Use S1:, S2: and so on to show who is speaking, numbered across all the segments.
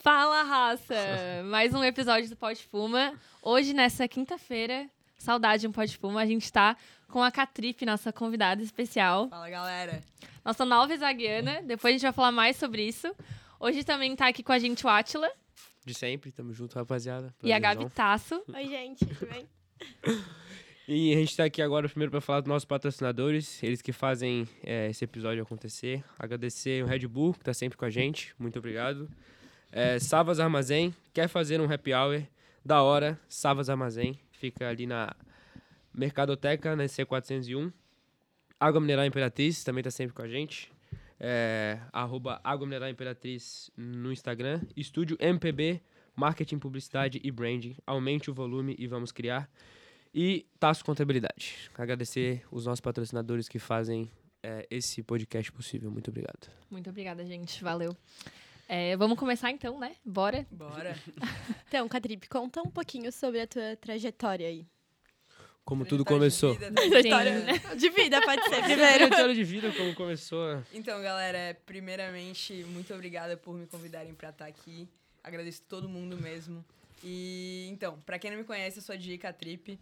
S1: Fala, raça! Mais um episódio do Pode Fuma. Hoje, nessa quinta-feira, saudade um Pode Fuma, a gente tá com a Catripe, nossa convidada especial,
S2: Fala, galera.
S1: nossa nova zaguiana. Depois a gente vai falar mais sobre isso. Hoje também tá aqui com a gente o Átila
S3: De sempre, tamo junto, rapaziada.
S1: e a Gabi
S3: Prazerzão.
S1: Tasso.
S4: Oi, gente, tudo bem?
S3: E a gente tá aqui agora primeiro pra falar dos nossos patrocinadores, eles que fazem é, esse episódio acontecer. Agradecer o Red Bull, que tá sempre com a gente, muito obrigado. É, Savas Armazém, quer fazer um happy hour? Da hora, Savas Armazém, fica ali na Mercadoteca, né, na C401. Água Mineral Imperatriz, também tá sempre com a gente. É, arroba Água Mineral Imperatriz no Instagram. Estúdio MPB, Marketing, Publicidade e Branding. Aumente o volume e vamos criar. E Tasso Contabilidade. Agradecer os nossos patrocinadores que fazem é, esse podcast possível. Muito obrigado.
S1: Muito obrigada, gente. Valeu. É, vamos começar então, né? Bora.
S2: Bora.
S4: Então, Catripe, conta um pouquinho sobre a tua trajetória aí.
S3: Como tudo
S1: tá
S2: Tá
S3: começou.
S4: Trajetória né? de vida, pode ser, primeiro.
S3: Trajetória um de vida, como começou.
S2: Então, galera, primeiramente, muito obrigada por me convidarem pra estar aqui. Agradeço todo mundo mesmo. E, então, pra quem não me conhece, eu sou a Dica Trip.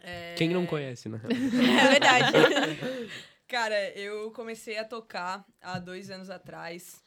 S2: É,
S3: Quem não conhece, né?
S4: É verdade.
S2: Cara, eu comecei a tocar há dois anos atrás.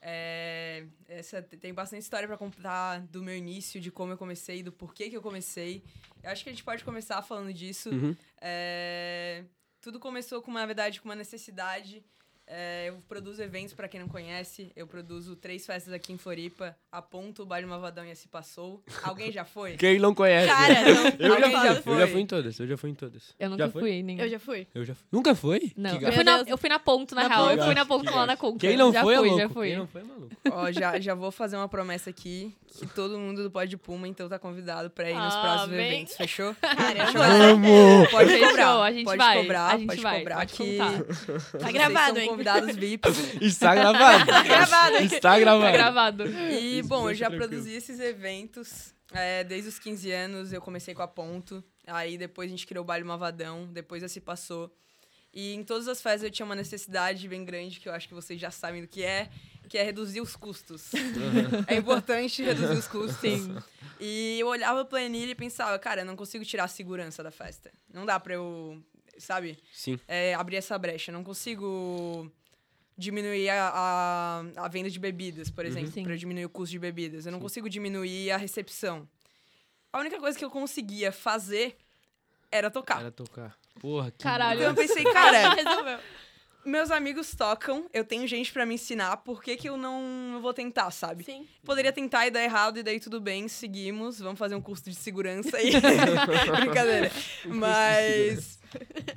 S2: É, essa tem bastante história pra contar do meu início, de como eu comecei, do porquê que eu comecei. Eu acho que a gente pode começar falando disso.
S3: Uhum.
S2: É, tudo começou com, na verdade, com uma necessidade. É, eu produzo eventos, pra quem não conhece. Eu produzo três festas aqui em Floripa. A Ponto, o Baile Mavadão e a Se Passou. Alguém já foi?
S3: Quem não conhece.
S4: Cara,
S3: né?
S4: não.
S3: eu, já
S2: alguém já
S3: fui, eu já
S2: foi.
S3: fui em todas, eu já fui em todas.
S1: Eu nunca
S3: já foi?
S1: fui, nem.
S4: Eu já fui.
S3: Eu já fui. Nunca foi?
S1: Não,
S3: Que
S1: eu
S3: gato.
S1: fui, na,
S4: Meu Deus.
S1: eu fui na ponto, na,
S4: Na
S1: real. Eu
S3: Ponto.
S1: fui na ponto
S3: Que
S1: lá
S3: gato.
S1: na Conca.
S3: Quem não
S1: já
S3: foi é
S1: fui,
S3: louco.
S1: já fui.
S3: Quem não foi é maluco.
S2: Ó, já, já vou fazer uma promessa aqui, que todo mundo do Pode Puma, então tá convidado pra ir nos
S1: Ah,
S2: próximos
S1: bem.
S2: eventos, fechou?
S4: Caramba.
S3: Amo!
S2: Pode
S1: Fechou,
S2: cobrar,
S1: a gente
S2: pode
S1: vai,
S2: cobrar,
S1: a gente
S2: pode
S1: vai,
S2: cobrar
S1: pode
S2: que
S1: contar.
S2: vocês
S4: Tá gravado,
S2: são
S4: hein?
S2: convidados VIPs.
S3: Está gravado. Está
S4: gravado.
S3: Está
S1: Tá
S3: gravado.
S1: gravado.
S2: E,
S3: Isso,
S2: bom, eu
S3: deixa
S2: já
S3: tranquilo.
S2: produzi esses eventos é, desde os 15 anos. Eu comecei com a Ponto. Aí depois a gente criou o Baile Mavadão. Depois a Se Passou. E em todas as festas eu tinha uma necessidade bem grande, que eu acho que vocês já sabem do que é, que é reduzir os custos. é importante reduzir os custos. E eu olhava a planilha e pensava, cara, eu não consigo tirar a segurança da festa. Não dá pra eu, sabe,
S3: Sim.
S2: é, abrir essa brecha. Eu não consigo diminuir a, a, a venda de bebidas, por exemplo,
S1: Sim.
S2: para diminuir o custo de bebidas. Eu não consigo diminuir a recepção. A única coisa que eu conseguia fazer era tocar.
S3: Era tocar. Porra, que...
S1: Tá. Caralho.
S2: Então eu pensei, cara,
S4: Resolveu.
S2: meus amigos tocam, eu tenho gente pra me ensinar, por que, que eu não eu vou tentar, sabe?
S4: Sim.
S2: Poderia tentar e dar errado, e daí tudo bem, seguimos, vamos fazer um curso de segurança aí.
S3: Um
S2: Brincadeira. Mas.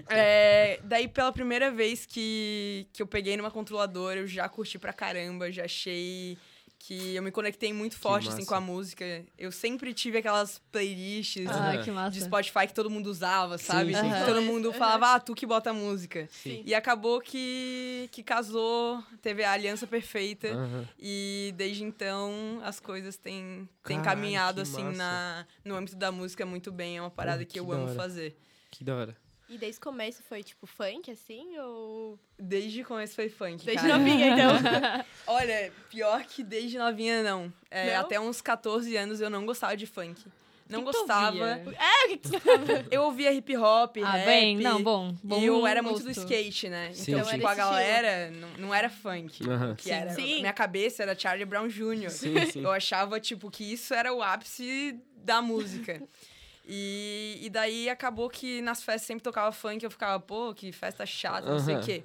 S2: é, daí, pela primeira vez que, que eu peguei numa controladora, eu já curti pra caramba, já achei que eu me conectei muito forte assim,
S3: massa.
S2: com a música. Eu sempre tive aquelas playlists.
S1: Ah,
S3: Aham.
S1: que
S2: De
S1: massa.
S2: Spotify que todo mundo usava, sabe?
S3: sim.
S2: Que
S4: Aham.
S2: todo mundo
S4: Aham.
S2: falava, ah, tu que bota a música.
S3: Sim.
S2: E acabou que, que casou, teve a aliança perfeita.
S3: Aham.
S2: E desde então as coisas têm, têm
S3: Caralho,
S2: caminhado
S3: que
S2: assim
S3: massa.
S2: na, no âmbito da música muito bem. É uma parada
S3: Pô,
S2: que,
S3: que
S2: eu
S3: da
S2: amo
S3: hora.
S2: fazer.
S3: Que da hora.
S4: E desde o começo foi, tipo, funk, assim, ou...
S2: Desde quando isso foi funk,
S4: Desde
S2: cara.
S4: novinha, então.
S2: Olha, pior que desde novinha não. É,
S4: Não?
S2: Até uns 14 anos eu não gostava de funk. Não
S1: Que que tu
S2: gostava.
S1: ouvia?
S2: eu ouvia hip hop,
S1: Ah,
S2: rap.
S1: bem, não, bom. bom
S2: e eu era muito do
S1: gosto.
S2: skate, né?
S3: Sim,
S2: então,
S3: sim.
S2: tipo, a
S4: Era esse
S2: galera não, não era funk.
S3: Aham.
S2: o Que
S4: Sim.
S2: era.
S4: Sim.
S2: Minha cabeça era Charlie Brown Jr.
S3: Sim, sim.
S2: Eu achava, tipo, que isso era o ápice da música. E, e daí acabou que nas festas sempre tocava funk, eu ficava, pô, que festa chata, não sei o
S3: Aham.
S2: quê.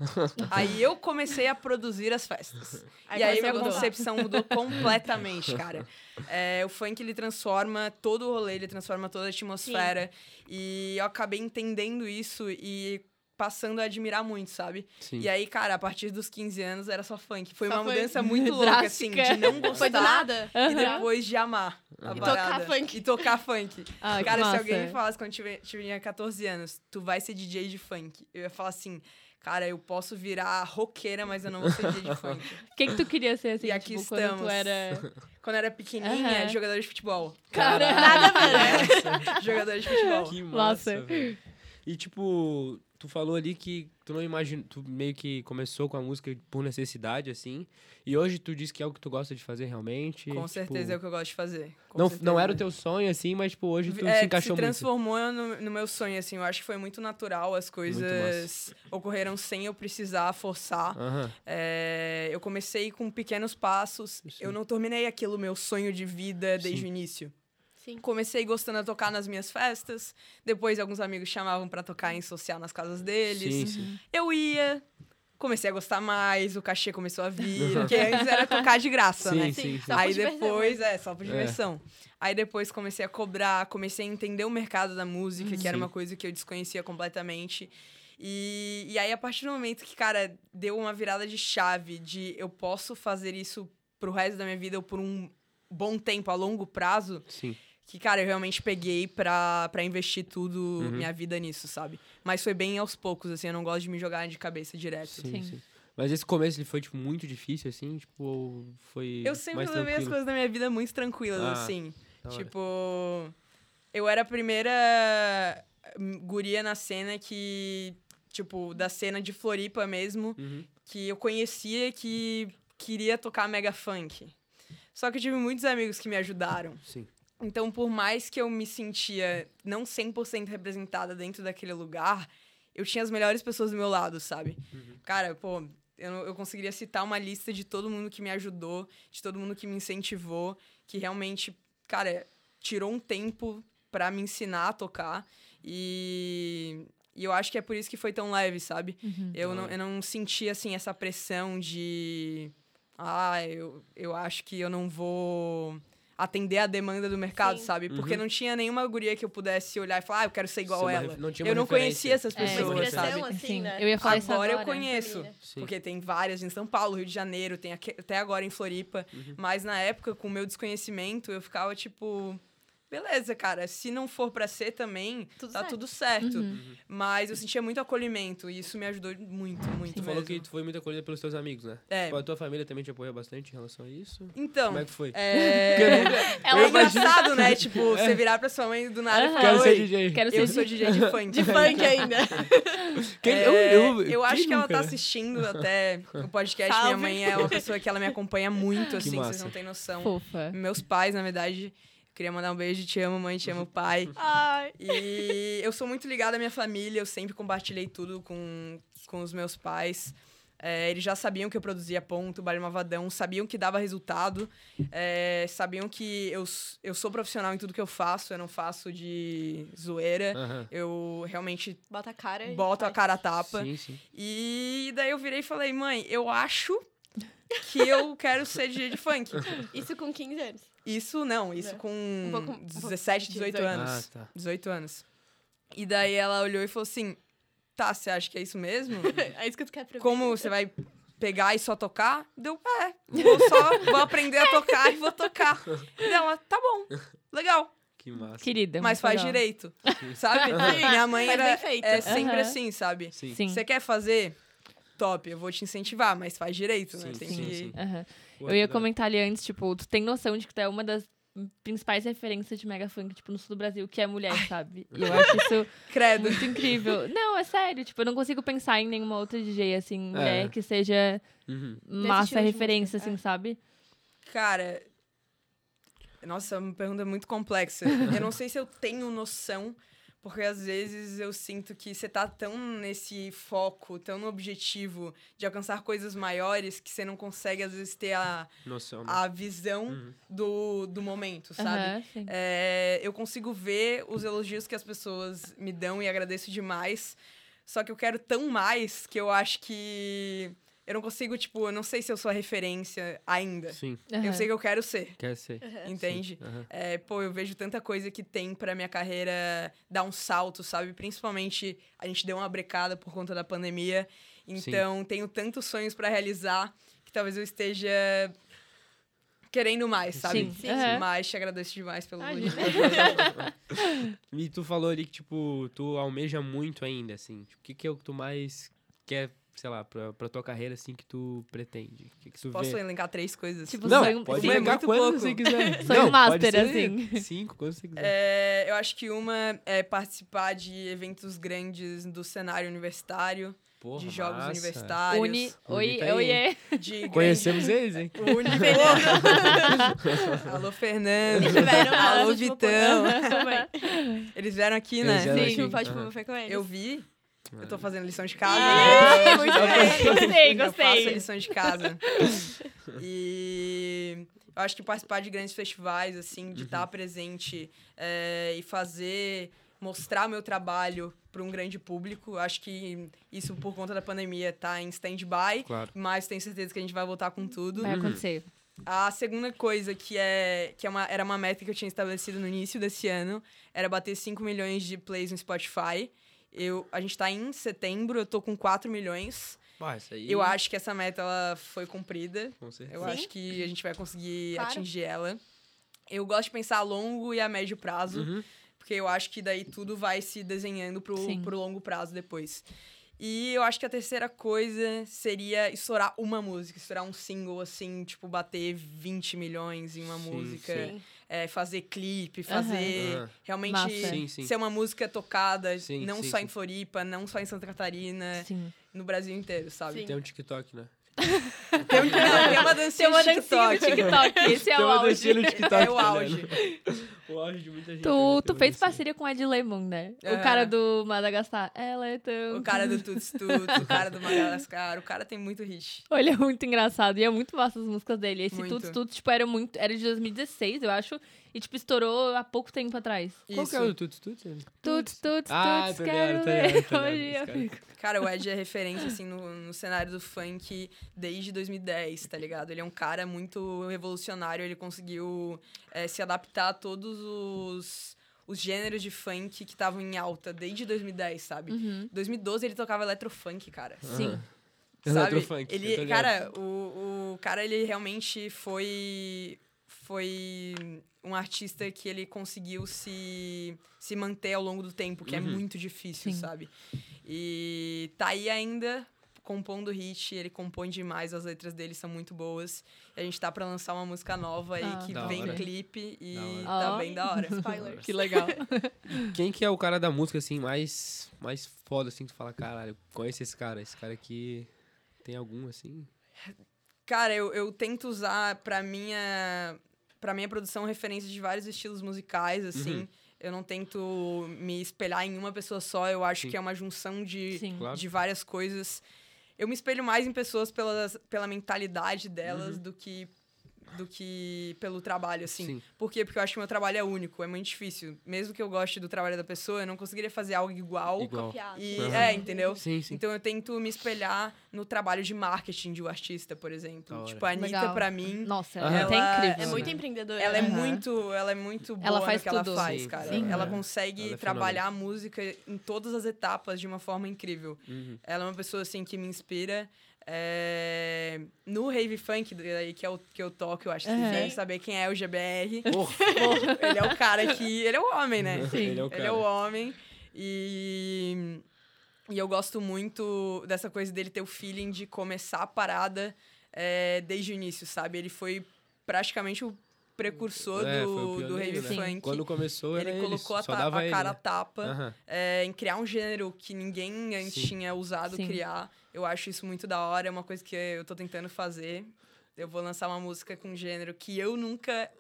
S2: aí eu comecei a produzir as festas. e aí minha
S4: começou a gostar.
S2: concepção mudou completamente, cara. É, o funk, ele transforma todo o rolê, ele transforma toda a atmosfera. E eu acabei entendendo isso e passando a admirar muito, sabe?
S3: Sim.
S2: E aí, cara, a partir dos 15 anos era só funk. Foi
S4: Só
S2: uma
S4: funk.
S2: mudança muito louca, assim, de não
S4: Foi do
S2: gostar
S4: nada?
S2: e depois de amar. A
S4: E
S2: parada.
S4: tocar funk.
S2: E tocar funk.
S1: Ah, que
S2: cara, se
S1: massa.
S2: alguém me falasse quando eu tinha 14 anos, tu vai ser DJ de funk, eu ia falar assim. Cara, eu posso virar roqueira, mas eu não vou ser DJ de funk.
S1: O que, que tu queria ser assim,
S2: E aqui
S1: tipo, quando tu
S2: estamos.
S1: era.
S2: Quando eu era pequenininha,
S1: Aham.
S2: jogadora de futebol.
S1: Cara,
S2: nada a ver. jogadora de futebol.
S3: Que
S1: Nossa.
S3: massa, velho. E tipo, tu falou ali que tu não imagina, tu meio que começou com a música por necessidade assim, e hoje tu diz que é algo que tu gosta de fazer realmente.
S2: Com
S3: tipo,
S2: certeza é o que eu gosto de fazer. com
S3: não,
S2: certeza.
S3: não era o teu sonho assim, mas tipo hoje tu
S2: É,
S3: se encaixou
S2: se
S3: muito.
S2: transformou no, no meu sonho, assim. Eu acho que foi muito natural, as coisas ocorreram sem eu precisar forçar.
S3: Aham.
S2: É, eu comecei com pequenos passos. Eu não terminei aquilo meu sonho de vida desde
S3: Sim.
S2: o início.
S4: Sim.
S2: Comecei gostando a tocar nas minhas festas. Depois, alguns amigos chamavam pra tocar em social nas casas deles.
S3: Sim, sim.
S2: Eu ia, comecei a gostar mais, o cachê começou a vir. porque antes era tocar de graça, né?
S3: Sim, sim, sim.
S4: assim? Só por
S2: Aí
S4: diversão, né?
S2: depois, é, só por
S3: É.
S2: diversão. Aí depois comecei a cobrar, comecei a entender o mercado da música, que era
S3: Sim.
S2: uma coisa que eu desconhecia completamente. E, e aí, a partir do momento que, cara, deu uma virada de chave de eu posso fazer isso pro resto da minha vida ou por um bom tempo, a longo prazo,
S3: Sim.
S2: que, cara, eu realmente peguei pra, pra investir tudo,
S3: Uhum.
S2: minha vida nisso, sabe? Mas foi bem aos poucos, assim, eu não gosto de me jogar de cabeça direto.
S3: Sim,
S1: Sim.
S3: sim. Mas esse começo ele foi tipo muito difícil assim, tipo ou foi
S2: Eu sempre
S3: mais
S2: levei as
S3: tranquilo?
S2: coisas da minha vida muito tranquilas,
S3: Ah,
S2: assim.
S3: Da hora.
S2: Tipo, eu era a primeira hum, guria na cena que, tipo, da cena de Floripa mesmo,
S3: Uhum.
S2: que eu conhecia que queria tocar mega funk. Só que eu tive muitos amigos que me ajudaram.
S3: Sim.
S2: Então, por mais que eu me sentia não 100% representada dentro daquele lugar, eu tinha as melhores pessoas do meu lado, sabe? Cara, pô, eu, não- eu conseguiria citar uma lista de todo mundo que me ajudou, de todo mundo que me incentivou, que realmente, cara, tirou um tempo pra me ensinar a tocar. E, e eu acho que é por isso que foi tão leve, sabe? Eu, não, eu não senti, assim, essa pressão de... Ah, eu, eu acho que eu não vou atender a demanda do mercado,
S4: Sim.
S2: sabe? Porque
S3: Uhum.
S2: não tinha nenhuma guria que eu pudesse olhar e falar, ah, eu quero ser igual
S3: Você
S2: ela.
S3: ref- não tinha
S2: eu
S3: uma
S2: não conhecia
S3: referência.
S2: essas
S1: É. Uma
S2: pessoas,
S4: expressão,
S2: sabe?
S4: assim,
S1: Sim,
S4: né?
S1: eu ia falar
S2: Agora,
S1: isso
S2: eu conheço.
S4: Feminina.
S3: Sim.
S2: Porque tem várias em São Paulo, Rio de Janeiro, tem aque- até agora em Floripa.
S3: Uhum.
S2: Mas na época, com o meu desconhecimento, eu ficava tipo. Beleza, cara, se não for pra ser também,
S4: Tudo
S2: tá
S4: certo."
S2: tudo certo.
S1: Uhum.
S2: Mas eu sentia muito acolhimento e isso me ajudou muito, muito
S3: Tu
S2: mesmo.
S3: falou que tu foi muito acolhida pelos teus amigos, né?
S2: É.
S3: Tipo, a tua família também te apoiou bastante em relação a isso?
S2: Então,
S3: Como é que foi?
S2: é...
S1: Ela
S2: é
S1: é
S2: engraçado, né? Tipo, você virar pra sua mãe do nada e
S1: Aham.
S2: falar,
S3: É. Quero ser
S2: "Oi,
S3: DJ.
S1: Quero ser
S2: eu sou DJ de funk.
S4: De funk ainda.
S3: Quem-
S2: É,
S3: eu, eu,
S2: eu
S3: quem
S2: acho que ela
S3: nunca,
S2: tá
S3: né?
S2: assistindo até o podcast.
S4: Salve.
S2: Minha mãe é uma pessoa que ela me acompanha muito, assim, vocês
S3: massa.
S2: não têm noção.
S1: fofa.
S2: Meus pais, na verdade, eu queria mandar um beijo, te amo, mãe, te amo, pai.
S4: Ai.
S2: E eu sou muito ligada à minha família, eu sempre compartilhei tudo com, com os meus pais. É, eles já sabiam que eu produzia ponto, baile mavadão, sabiam que dava resultado, é, sabiam que eu, s- eu sou profissional em tudo que eu faço, eu não faço de zoeira.
S3: Aham.
S2: Eu realmente
S4: Bota a cara e
S2: boto a
S4: faz.
S2: cara a tapa.
S3: Sim, sim.
S2: E daí eu virei e falei, mãe, eu acho que eu quero ser DJ de funk.
S4: Isso com 15 anos.
S2: Isso não, isso
S4: Né?
S2: com
S4: pouco- um pouco-
S2: 17, 18
S4: 18.
S2: anos.
S3: Ah, tá.
S2: 18 anos. E daí ela olhou e falou assim: tá, você acha que é isso mesmo?
S4: É isso que tu quer pra mim.
S2: Como você vai pegar e só tocar? Deu, é, vou só, vou aprender a tocar e vou tocar. E ela, tá bom, legal.
S3: Que massa.
S1: Querida.
S2: Mas
S1: muito
S2: faz
S1: legal.
S2: direito, sabe?
S4: Sim,
S2: Minha mãe
S4: faz
S2: era,
S4: bem feito.
S2: é sempre
S1: Aham.
S2: assim, sabe?
S3: Sim.
S1: Sim.
S2: Você quer fazer? Top, eu vou te incentivar, mas faz direito, né?
S3: Sim,
S2: Tem
S3: sim,
S2: que...
S3: sim.
S1: Aham.
S3: Pô,
S1: Eu ia
S3: que da hora.
S1: comentar ali antes, tipo, tu tem noção de que tu é uma das principais referências de mega funk, tipo, no sul do Brasil, que é mulher, sabe? E eu acho isso
S2: Credo.
S1: muito incrível. Não, é sério, tipo, eu não consigo pensar em nenhuma outra DJ, assim, mulher que seja
S3: Uhum.
S1: massa
S4: estilo de
S1: referência,
S4: música,
S2: é.
S1: assim, sabe?
S2: Cara. Nossa, é uma pergunta muito complexa. Eu não sei se eu tenho noção, porque às vezes eu sinto que você tá tão nesse foco, tão no objetivo de alcançar coisas maiores que você não consegue, às vezes, ter a,
S3: Noção. né?
S2: a visão
S3: Uhum.
S2: do, do momento, sabe?
S1: Aham, sim.
S2: É, eu consigo ver os elogios que as pessoas me dão e agradeço demais. Só que eu quero tão mais que eu acho que. Eu não consigo, tipo, eu não sei se eu sou a referência ainda.
S3: Sim.
S1: Aham.
S2: Eu sei que eu quero ser,
S3: Quer ser.
S2: entende?
S3: Sim. Aham.
S2: Uhum. É, pô, eu vejo tanta coisa que tem pra minha carreira dar um salto, sabe? Principalmente a gente deu uma brecada por conta da pandemia. Então, tenho tantos sonhos pra realizar que talvez eu esteja querendo mais, sabe?
S1: Sim, sim. Aham.
S2: Mas te agradeço demais pelo
S1: Ai,
S2: elogio.
S3: E tu falou ali que, tipo, tu almeja muito ainda, assim. Tipo, O que, que é o que tu mais quer sei lá, pra, pra tua carreira, assim, que tu pretende? O que, que tu
S2: Posso
S3: vê?
S2: elencar três coisas?
S1: Tipo,
S3: Não,
S1: sonho-
S3: pode
S1: sim.
S3: elencar
S2: Muito
S3: quantas
S2: pouco.
S3: você quiser.
S1: Sonho
S3: Não, pode
S1: master,
S3: ser
S1: assim.
S3: Cinco, quando você quiser.
S2: É, eu acho que uma é participar de eventos grandes do cenário universitário,
S3: Porra,
S2: de jogos
S3: massa.
S2: universitários,
S1: Uni, tá oi,
S3: Bonita aí.
S1: oiê.
S2: de
S3: Conhecemos eles, hein?
S2: grande... Uni, porra. Alô, Fernando.
S1: um
S2: Alô, Vitão.
S1: né?
S2: Eles vieram aqui,
S3: Eles
S2: né?
S3: vieram
S4: Sim,
S3: aqui.
S4: não pode
S3: Aham.
S4: uhum. foi com eles.
S2: Eu vi. Eu tô fazendo lição de casa.
S4: Ah, muito
S2: É,
S1: bem. Gostei,
S2: Eu faço
S1: gostei.
S2: a lição de casa. E eu acho que participar de grandes festivais, assim, de
S3: Uhum.
S2: estar presente é, e fazer, mostrar meu trabalho para um grande público. Eu acho que isso, por conta da pandemia, tá em stand-by.
S3: Claro.
S2: Mas tenho certeza que a gente vai voltar com tudo.
S1: Vai acontecer.
S2: A segunda coisa que, é, que é uma- era uma meta que eu tinha estabelecido no início desse ano era bater 5 milhões de plays no Spotify. Eu, a gente tá em setembro, eu tô com 4 milhões.
S3: Pá, isso aí,
S2: Eu acho que essa meta ela foi cumprida.
S3: com certeza.
S2: Eu
S4: Sim.
S2: acho que a gente vai conseguir
S4: Claro.
S2: atingir ela. Eu gosto de pensar a longo e a médio prazo,
S3: Uhum.
S2: porque eu acho que daí tudo vai se desenhando pro,
S1: Sim.
S2: pro longo prazo depois. E eu acho que a terceira coisa seria estourar uma música, estourar um single, assim, tipo, bater 20 milhões em uma
S3: Sim,
S2: música,
S4: Sim.
S2: é, fazer clipe,
S1: Aham.
S2: fazer
S3: Aham.
S2: realmente
S1: Massa.
S3: Sim, sim.
S2: ser uma música tocada,
S3: Sim,
S2: não
S3: sim,
S2: só
S3: sim.
S2: em Floripa, não só em Santa Catarina,
S1: Sim.
S2: no Brasil inteiro, sabe?
S4: Sim.
S3: Tem um TikTok, né?
S2: Tem, um- não, tem uma dancinha
S1: Tem uma
S2: de
S1: dancinha
S2: TikTok.
S1: no TikTok, esse é
S3: Tem
S1: o
S3: uma dancinha no
S1: auge.
S3: TikTok,
S2: É o
S3: tá
S2: auge.
S3: ligado? o auge de muita gente. né?
S1: Tu,
S3: Tem
S1: tu
S3: uma
S1: fez
S3: dancinha.
S1: parceria com o Ed Lemon, né?
S2: É.
S1: O cara do Madagascar. Ela é tão...
S2: O cara do Tuts Tuts, o cara do Madagascar, o cara tem muito hit.
S1: Olha, é muito engraçado. E é muito massa as músicas dele. Esse
S2: Muito.
S1: Tuts Tuts, tipo, era muito... Era de 2016, eu acho. E, tipo, estourou há pouco tempo atrás.
S3: Qual que é
S2: Isso.
S3: o do Tuts Tuts?
S1: Tuts, tuts,
S3: Ah,
S1: tuts,
S3: tô
S1: quero
S3: ligado, tô
S1: ver.
S3: ligado, tô
S1: Hoje
S3: ligado,
S1: eu
S3: esse
S1: fico...
S2: Cara, o Ed é referência, assim, no, no cenário do funk desde 2010, tá ligado? Ele é um cara muito revolucionário, ele conseguiu eh, se adaptar a todos os, os gêneros de funk que estavam em alta desde 2010, sabe?
S1: Uhum.
S2: 2012 ele tocava eletrofunk, cara.
S1: Sim.
S2: Sabe?
S3: Eletrofunk, eu tô
S2: ele,
S3: ligado.
S2: cara, o, o cara ele realmente foi foi um artista que ele conseguiu se se manter ao longo do tempo, que é
S3: Uhum.
S2: muito difícil,
S1: Sim.
S2: sabe? E tá aí ainda compondo hit, ele compõe demais, as letras dele são muito boas. E a gente tá pra lançar uma música nova aí
S1: Ah,
S2: que
S3: Da
S2: vem
S3: hora.
S2: clipe e
S3: Da
S1: hora.
S2: tá
S1: Ó.
S2: bem da hora.
S4: Spoilers.
S1: Que legal.
S3: Quem que é o cara da música, assim, mais, mais foda, assim, que tu fala, caralho, conhece esse cara, esse cara aqui tem algum, assim?
S2: Cara, eu, eu tento usar pra minha para minha produção referências de vários estilos musicais, assim.
S3: Uhum.
S2: Eu não tento me espelhar em uma pessoa só, eu acho
S3: Sim.
S2: que é uma junção de,
S1: Sim.
S3: Claro.
S2: de várias coisas. Eu me espelho mais em pessoas pelas, pela mentalidade
S3: Uhum.
S2: delas do que do que pelo trabalho, assim. Por quê? Porque eu acho que meu trabalho é único, é muito difícil. Mesmo que eu goste do trabalho da pessoa, eu não conseguiria fazer algo igual.
S3: Igual.
S4: Copiado.
S2: E,
S3: Aham.
S2: É, entendeu?
S3: Sim, sim.
S2: Então eu tento me espelhar no trabalho de marketing de um artista, por exemplo.
S3: Da hora.
S2: Tipo, a Anitta,
S1: Legal.
S2: pra mim,
S1: Nossa,
S3: Aham.
S1: ela, é
S2: Ela
S1: até incrível.
S4: É
S1: né?
S4: muito empreendedora.
S2: ela é
S1: Aham.
S2: muito, ela é muito boa
S1: Ela faz
S2: no que ela
S1: tudo.
S2: faz,
S3: Sim,
S2: cara.
S1: sim.
S2: ela
S1: É.
S2: consegue
S3: Ela é
S2: trabalhar a música em todas as etapas de uma forma incrível.
S3: Uhum.
S2: Ela é uma pessoa assim que me inspira. É, No Rave Funk, daí, que é o que eu toco, eu acho que
S1: Aham.
S2: vocês devem saber quem é o GBR.
S3: Porra,
S2: ele é o cara que. Ele é o homem, né?
S1: Sim.
S3: ele é o cara.
S2: Ele é o homem. E. E eu gosto muito dessa coisa dele ter o feeling de começar a parada é, desde o início, sabe? Ele foi praticamente o precursor
S3: É, foi o
S2: do, do
S3: pioneiro,
S2: rave
S1: né?
S2: funk.
S3: Quando começou, era
S2: ele colocou a,
S3: só
S2: ta-
S3: dava
S2: a
S3: ele,
S2: cara a
S3: né?
S2: tapa
S3: Aham.
S2: é, em criar um gênero que ninguém antes
S3: Sim.
S2: tinha usado
S1: Sim.
S2: criar. Eu acho isso muito da hora, é uma coisa que eu tô tentando fazer. Eu vou lançar uma música com um gênero que eu nunca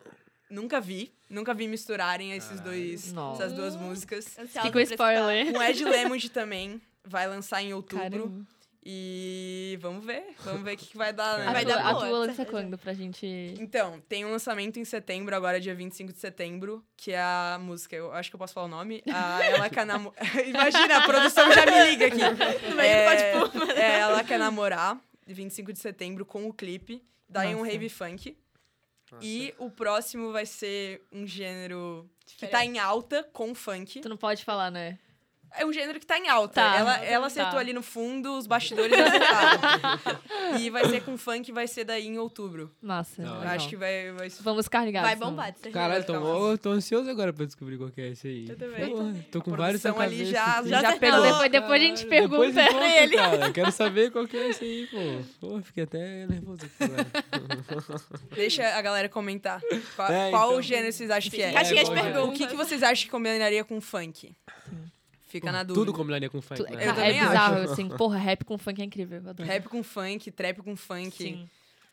S2: nunca vi, nunca vi misturarem esses
S3: Caralho.
S2: dois,
S1: Nossa.
S2: essas duas músicas.
S4: Ansiosa
S1: Fica o
S4: pra escutar.
S1: spoiler.
S2: Um Ed Lemond também vai lançar em outubro
S1: Caramba.
S2: e vamos ver, vamos ver o que, que vai dar. né?
S1: A
S4: Vai
S1: tua,
S4: dar
S1: a
S4: boa,
S1: tua
S4: com
S1: lança
S4: certeza.
S1: quando pra gente...
S2: Então, tem um lançamento em setembro, agora dia 25 de setembro, que é a música, eu acho que eu posso falar o nome. A Ela Quer Namorar. Imagina, a produção já me liga aqui.
S4: No meio do bate-papo.
S2: é Ela Quer Namorar, 25 de setembro, com o clipe. Daí um
S1: Massa.
S2: rave funk.
S3: Nossa.
S2: E o próximo vai ser um gênero que tá em alta com funk.
S1: Tu não pode falar, né?
S2: É um gênero que tá em alta.
S1: Tá,
S2: ela
S1: tá.
S2: ela acertou ali no fundo, os bastidores acertaram. e vai ser com funk, vai ser daí em outubro.
S1: Massa.
S3: Não,
S2: Eu
S1: é legal.
S2: acho que vai, vai ser
S1: Vamos então. carregar.
S4: Vai bombar, de certeza.
S3: Caralho,
S2: Fica
S3: tô,
S2: massa.
S3: eu tô ansioso agora pra descobrir qual que é esse aí.
S4: Eu também.
S3: Porra, tô com
S2: A
S3: vários assim, na
S2: produção ali
S3: cabeça.
S2: já-
S3: aqui.
S2: já tá
S4: Já
S1: Não,
S2: pegou.
S4: acertou.
S1: depois, depois a gente
S3: Caralho, tá, depois
S1: pergunta.
S3: eu conto, Cara. Eu Quero saber qual que é esse aí, pô. Pô, fiquei até nervoso aqui agora.
S2: Deixa a galera comentar qual,
S3: É,
S2: qual
S3: então.
S2: o gênero vocês acham que é.
S4: Caixinha
S3: de
S2: O que, que vocês acham que combinaria com funk? Fica na dúvida.
S3: Tudo combinaria com funk,
S1: Tu-
S3: né?
S1: cara, é
S2: também acho.
S1: bizarro, assim. Porra, rap com funk é incrível. Eu adoro.
S2: Rap com funk, trap com funk,
S1: Sim.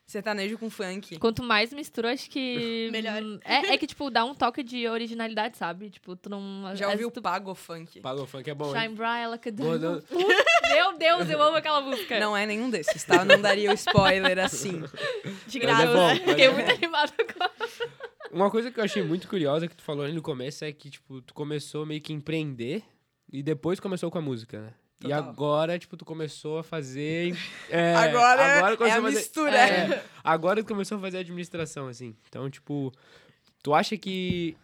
S2: sertanejo com funk.
S1: Quanto mais mistura, acho que.
S4: Melhor.
S1: É, é que, tipo, dá um toque de originalidade, sabe? Tipo, tu não.
S2: Já
S1: às
S2: ouviu
S1: vezes tu...
S2: pago funk?
S3: Pagou funk, é bom, hein?
S1: Shine Bright, ela que
S3: Boa, não-
S1: Meu Deus, eu amo aquela música.
S2: Não é nenhum desses, tá? Eu não daria o spoiler assim.
S3: Mas
S4: De
S3: é
S4: graça.
S3: bom, mas
S1: Fiquei
S3: é
S1: muito animada agora.
S3: Uma coisa que eu achei muito curiosa que tu falou ali no começo é que, tipo, tu começou meio que empreender e depois começou com a música, né? E
S2: Total.
S3: agora, tipo, tu começou a fazer. é,
S2: agora é
S3: começou
S2: a
S3: fazer-
S2: mistura.
S3: é, agora tu começou a fazer administração, assim. Então, tipo, tu acha que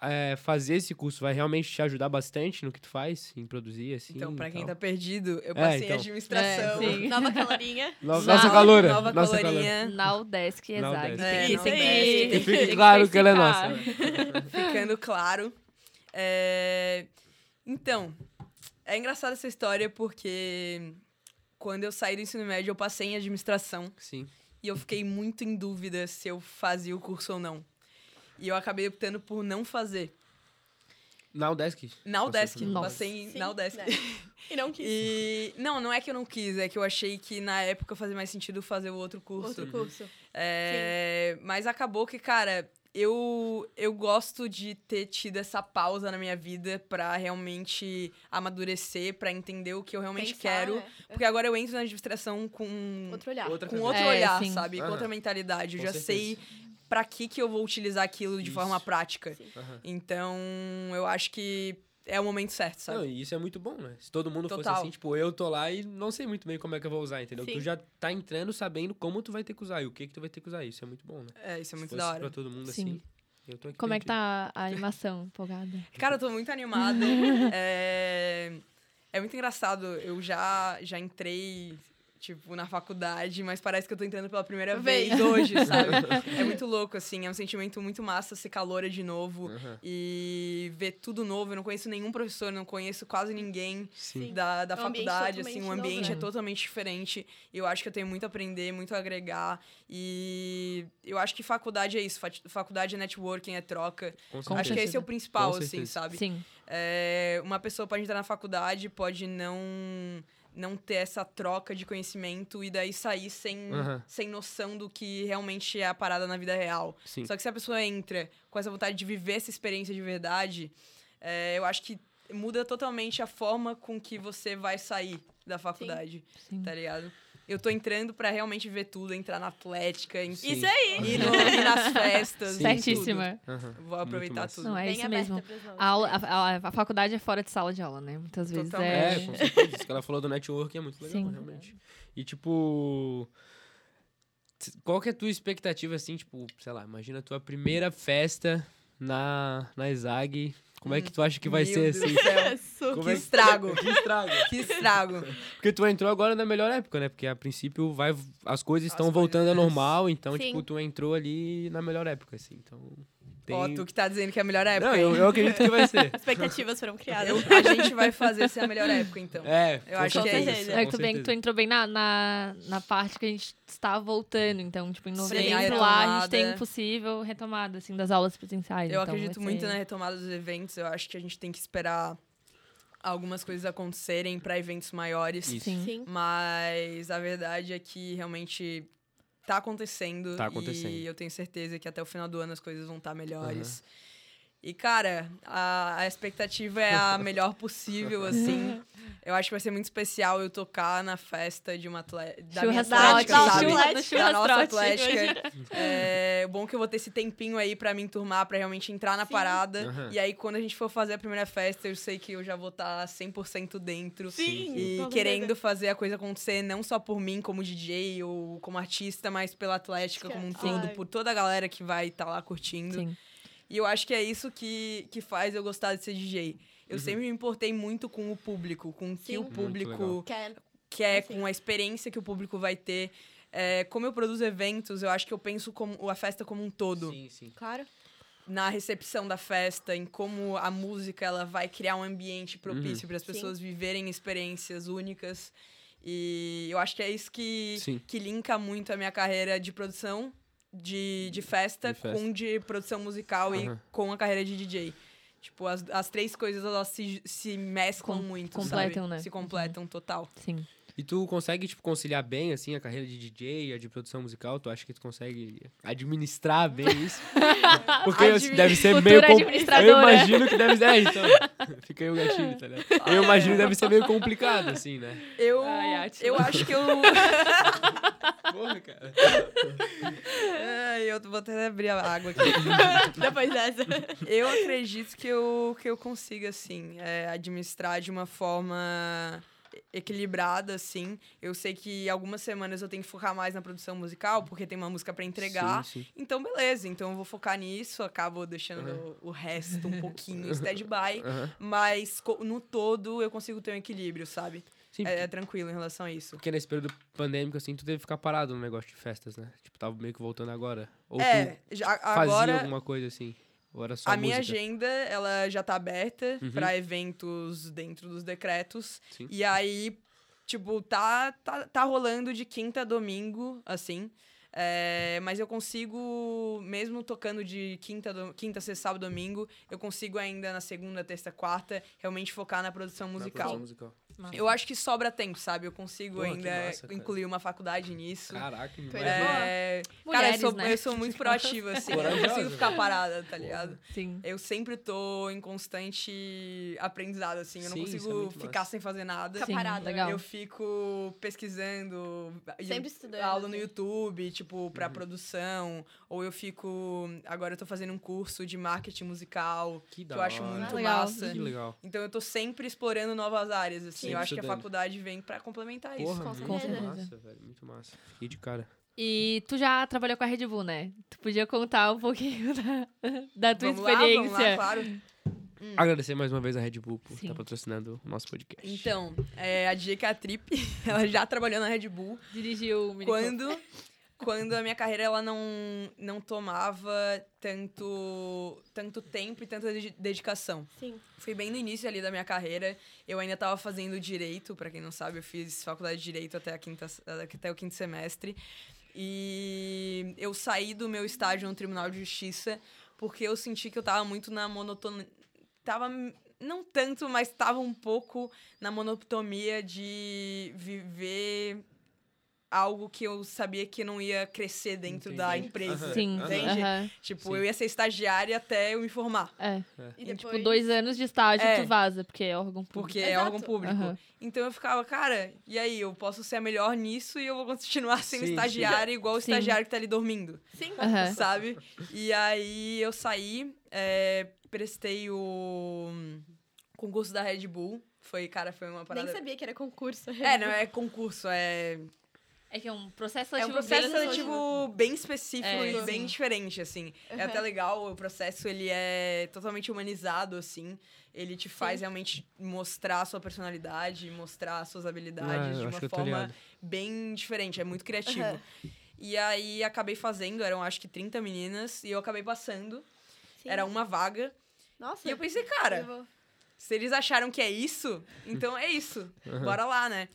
S3: é, fazer esse curso vai realmente te ajudar bastante no que tu faz, em produzir, assim?
S2: Então, pra quem
S3: e
S2: tá
S3: tal?
S2: perdido, eu
S3: É,
S2: passei
S3: então.
S2: em administração.
S1: É, sim.
S4: Nova calorinha.
S3: No-
S1: Já-
S3: Nossa calora!
S2: Nova
S3: nossa calora.
S2: calorinha,
S1: Now Desk é
S3: Now
S1: Zag.
S3: Desk.
S2: É,
S1: Tem
S4: Now
S1: tem
S4: Desk.
S1: tem
S3: E fique
S1: que
S3: claro que ela é
S1: especificar.
S3: nossa. né?
S2: ficando claro. É, Então, é engraçada essa história porque quando eu saí do ensino médio, eu passei em administração.
S3: Sim.
S2: E eu fiquei muito em dúvida se eu fazia o curso ou não. E eu acabei optando por não fazer.
S3: Na Udesk?
S2: Na Udesc,
S1: Nossa.
S2: passei
S4: Sim,
S2: na Udesc.
S4: né? E não quis.
S2: E não, não é que eu não quis, é que eu achei que na época fazia mais sentido fazer o outro curso.
S4: Outro curso.
S2: É, mas acabou que, cara, eu, eu gosto de ter tido essa pausa na minha vida pra realmente amadurecer, pra entender o que eu realmente
S4: Pensar,
S2: quero.
S4: né?
S2: Porque agora eu entro na administração com
S4: Outro olhar.
S3: Outra
S2: com
S3: coisa.
S2: outro
S1: É,
S2: olhar,
S1: sim.
S2: sabe? Com
S3: Aham.
S2: outra mentalidade. Eu
S3: Com
S2: já sei pra que que eu vou utilizar aquilo de
S3: Isso.
S2: forma prática.
S4: Sim.
S3: Aham.
S2: Então, eu acho que é o momento certo,
S3: Não,
S2: sabe?
S3: e isso é muito bom, né? Se todo mundo fosse
S2: Total.
S3: assim, tipo, eu tô lá e não sei muito bem como é que eu vou usar, entendeu?
S4: Sim.
S3: Tu já tá entrando sabendo como tu vai ter que usar e o que que tu vai ter que usar. Isso é muito bom, né?
S2: É, isso é muito
S3: Se
S2: da
S3: fosse
S2: hora.
S3: Pra todo mundo
S1: Sim.
S3: assim. Eu tô aqui
S1: Como é que
S3: perdido.
S1: tá a animação, empolgada?
S2: Cara, eu tô muito animada. é... é muito engraçado. Eu já, já entrei, tipo, na faculdade, mas parece que eu tô entrando pela primeira
S4: Vez.
S2: vez, hoje, sabe? é muito louco, assim. É um sentimento muito massa ser caloura de novo.
S3: Aham.
S2: E ver tudo novo, eu não conheço nenhum professor, não conheço quase ninguém.
S3: Sim.
S2: da, da
S4: É um ambiente
S2: faculdade, assim, o
S4: totalmente
S2: ambiente
S1: novo,
S2: é
S1: né?
S2: totalmente diferente. Eu acho que eu tenho muito a aprender, muito a agregar. E eu acho que faculdade é isso. fa- Faculdade é networking, é troca.
S3: Com
S1: Com
S2: acho que
S3: certeza.
S2: esse é o principal,
S3: Com
S2: assim,
S3: certeza.
S2: sabe?
S1: Sim.
S2: É, uma pessoa pode entrar na faculdade, pode não não ter essa troca de conhecimento e daí sair sem,
S3: Aham.
S2: sem noção do que realmente é a parada na vida real.
S3: Sim.
S2: Só que se a pessoa entra com essa vontade de viver essa experiência de verdade, é, eu acho que muda totalmente a forma com que você vai sair da faculdade,
S1: Sim.
S2: tá ligado? Eu tô entrando pra realmente ver tudo, entrar na atlética, em...
S3: Sim.
S4: Isso aí.
S2: ir, no- ir nas festas,
S3: Sim.
S1: Certíssima.
S3: Aham.
S2: tudo. Vou aproveitar
S3: massa.
S2: tudo.
S1: Não, é
S4: Bem
S1: isso
S4: aberta
S1: mesmo.
S4: pras novas.
S1: A, aula- a- a- a faculdade é fora de sala de aula, né? Muitas vezes
S3: É,
S1: é.
S3: com certeza. Isso que ela falou do network é muito legal,
S1: Sim.
S3: realmente. E tipo. t- Qual que é a tua expectativa, assim, tipo, sei lá, imagina a tua primeira festa na, na Zag. Como é que tu acha que vai
S2: Meu
S3: ser,
S2: Deus
S3: assim?
S2: do céu.
S4: Isso.
S3: Como
S2: Que
S3: é que-
S2: estrago.
S3: Que estrago.
S2: Que estrago.
S3: Porque tu entrou agora na melhor época, né? Porque a princípio vai, as coisas
S2: As
S3: estão voltando ao
S2: coisas-
S3: normal, então,
S4: Sim.
S3: tipo, tu entrou ali na melhor época, assim. Então. Tem...
S2: Ó, tu que tá dizendo que é a melhor época.
S3: Não, eu,
S2: hein?
S3: eu acredito que vai ser.
S4: As expectativas foram criadas.
S2: Eu- a gente vai fazer ser a melhor época, então.
S3: É,
S2: Eu
S3: com
S2: acho que é
S3: certeza,
S4: isso.
S3: com
S1: É que tu, bem, tu
S3: certeza.
S1: entrou bem na, na, na parte que a gente está voltando. Então, tipo, em
S2: Sim,
S1: novembro
S2: a
S1: lá, a gente
S2: retomada.
S1: tem possível retomada, assim, das aulas presenciais.
S2: Eu
S1: Então,
S2: acredito
S1: vai
S2: muito né?
S1: ser-
S2: na retomada dos eventos. Eu acho que a gente tem que esperar algumas coisas acontecerem pra eventos maiores.
S3: Isso.
S1: Sim.
S4: Sim.
S2: Mas a verdade é que realmente tá acontecendo.
S3: Tá acontecendo.
S2: E eu tenho certeza que até o final do ano as coisas vão estar melhores. E, cara, a, a expectativa é a melhor possível, assim. Eu acho que vai ser muito especial eu tocar na festa de uma atleta. Da minha
S1: Churras
S4: da
S2: atlética,
S4: ótima,
S2: sabe?
S4: churras
S1: do
S2: da
S1: churras
S2: nossa
S1: trote,
S2: atlética. É, o bom é que eu vou ter esse tempinho aí pra me enturmar, pra realmente entrar na
S4: Sim.
S2: parada.
S3: Aham.
S2: E aí, quando a gente for fazer a primeira festa, eu sei que eu já vou tá estar 100% dentro.
S4: Sim.
S2: E
S4: com
S2: querendo
S4: certeza.
S2: fazer a coisa acontecer, não só por mim como DJ ou como artista, mas pela Atlética como um
S4: Sim.
S2: todo,
S4: Ai.
S2: por toda a galera que vai estar lá curtindo.
S1: Sim.
S2: E eu acho que é isso que, que faz eu gostar de ser DJ. Eu sempre me importei muito com o público, com o que
S4: Sim.
S2: o
S4: Muito
S2: público
S3: legal.
S4: Quer
S2: quer,
S4: Sim.
S2: com a experiência que o público vai ter. É, como eu produzo eventos, eu acho que eu penso como a festa como um todo.
S3: Sim, sim.
S4: Claro.
S2: Na recepção da festa, em como a música ela vai criar um ambiente propício
S3: Uhum.
S2: para as
S4: Sim.
S2: pessoas viverem experiências únicas. E eu acho que é isso que,
S3: Sim.
S2: que linka muito a minha carreira de produção de, de, festa,
S3: De festa.
S2: com de produção musical e
S3: Aham.
S2: com a carreira de DJ. Tipo, as, as três coisas elas se, se mesclam
S1: Com-
S2: muito,
S1: completam,
S2: sabe?
S1: né?
S2: Se completam total.
S1: Sim.
S3: E tu consegue, tipo, conciliar bem, assim, a carreira de DJ e a de produção musical? Tu acha que tu consegue administrar bem isso? Porque
S2: Admi-
S3: deve ser
S1: Futura
S3: meio... com- Eu
S1: administradora.
S3: imagino que deve ser... É, então, fica aí o gatilho, tá ligado? Eu imagino que deve ser meio complicado, assim, né?
S2: Eu,
S1: Ai, Átila.
S2: eu acho que eu.
S3: Porra, cara.
S2: Ai, eu vou até abrir a água aqui.
S4: Depois dessa.
S2: Eu acredito que eu, que eu consiga, assim, é, administrar de uma forma equilibrada, assim. Eu sei que algumas semanas eu tenho que focar mais na produção musical, porque tem uma música pra entregar.
S3: Sim, sim.
S2: Então, beleza. Então, eu vou focar nisso. Acabo deixando o resto um pouquinho stand-by.
S3: Aham.
S2: Mas, co- no todo, eu consigo ter um equilíbrio, sabe?
S3: Sim,
S2: É, é
S3: porque,
S2: tranquilo em relação a isso.
S3: porque nesse período pandêmico, assim, tu teve que ficar parado no negócio de festas, né? Tipo, tava meio que voltando agora. Ou tu
S2: É, já,
S3: fazia
S2: agora...
S3: alguma coisa, assim? Ou era só
S2: A minha
S3: música?
S2: agenda, ela já tá aberta
S3: Uhum.
S2: pra eventos dentro dos decretos.
S3: Sim.
S2: E aí, tipo, tá, tá, tá rolando de quinta a domingo, assim. É, mas eu consigo, mesmo tocando de quinta, do- quinta, sexta, sábado, domingo, eu consigo ainda na segunda, terça, quarta, realmente focar na produção
S3: Na
S2: musical.
S3: produção musical.
S2: Eu acho que sobra tempo, sabe? Eu consigo
S3: Porra, que
S2: ainda
S3: massa, cara.
S2: incluir uma faculdade nisso.
S3: Caraca, que
S4: Pois
S3: maravilha.
S2: É, cara, eu
S1: Mulheres,
S2: sou,
S1: né?
S2: eu sou muito proativa, assim. Eu não
S3: Corajosa,
S2: consigo ficar parada, tá ligado?
S1: Sim.
S2: Eu sempre tô em constante aprendizado, assim. Eu não
S3: Sim, isso é
S2: consigo
S3: muito
S2: ficar
S3: massa.
S2: sem fazer nada.
S4: Fica Sim, parado, né?
S1: legal.
S2: Eu fico pesquisando. e-
S4: Sempre estudando.
S2: Aula no
S4: né?
S2: YouTube, tipo,
S3: Uhum.
S2: pra produção. Ou eu fico. Agora eu tô fazendo um curso de marketing musical,
S3: Que
S2: que
S3: da
S2: eu acho
S3: hora.
S4: Ah,
S2: muito
S1: legal.
S2: massa.
S3: Que legal.
S2: Então eu tô sempre explorando novas áreas, assim.
S3: Sim,
S2: eu acho que a
S3: estudando.
S2: faculdade vem pra complementar É isso.
S3: Porra,
S4: com
S3: muito
S1: certeza.
S3: massa, velho. Muito massa. Fiquei de cara.
S1: E tu já trabalhou com a Red Bull, né? Tu podia contar um pouquinho da, da tua
S2: Vamos lá, vamos lá,
S1: experiência.
S2: claro. Hum.
S3: Agradecer mais uma vez a Red Bull por
S1: Sim.
S3: estar patrocinando o nosso podcast.
S2: Então, é, a DJ que é a Trip, ela já trabalhou na Red Bull.
S1: Dirigiu o mini
S2: quando quando a minha carreira ela não não tomava tanto tanto tempo e tanta dedi- dedicação
S4: Sim.
S2: fui bem no início ali da minha carreira eu ainda estava fazendo direito pra quem não sabe eu fiz faculdade de direito até a quinta até o quinto semestre e eu saí do meu estágio no Tribunal de Justiça porque eu senti que eu tava muito na monotonia tava não tanto mas tava um pouco na monotonia de viver algo que eu sabia que não ia crescer dentro da
S3: Entendi.
S2: empresa.
S3: Aham.
S1: Sim,
S2: Entendi.
S1: aham.
S2: Tipo,
S3: Sim.
S2: eu ia ser estagiária até eu me formar.
S1: É.
S4: E
S2: E,
S4: depois...
S1: Tipo, dois anos de estágio
S2: É.
S1: tu vaza, porque é órgão público.
S2: Porque é
S4: Exato.
S2: órgão público.
S1: Aham.
S2: Então eu ficava, cara, e aí? Eu posso ser a melhor nisso e eu vou continuar sendo
S3: Sim,
S2: estagiária igual o
S1: Sim. É.
S2: estagiário que tá ali dormindo,
S4: Sim.
S1: Aham.
S2: sabe? E aí eu saí, é, prestei o concurso da Red Bull. Foi, cara, foi uma
S4: Nem
S2: parada.
S4: sabia que era concurso.
S2: É, não é concurso, é.
S1: É que é um processo né?
S2: É um
S1: seletivo
S2: processo
S1: bem-
S2: seletivo bem específico
S1: É,
S2: e
S1: sim.
S2: bem diferente, assim. É até legal, o processo ele é totalmente humanizado, assim. Ele te faz realmente mostrar a sua personalidade, mostrar as suas habilidades
S3: Ah, eu
S2: de
S3: acho que
S2: uma
S3: eu tô
S2: forma
S3: ligado.
S2: bem diferente, é muito criativo.
S4: Aham.
S2: E aí acabei fazendo, eram acho que 30 meninas, e eu acabei passando.
S4: Sim.
S2: Era um uma vaga.
S4: Nossa.
S2: E eu pensei, cara,
S4: eu vou-
S2: se eles acharam que é isso, então é isso. Bora lá, né?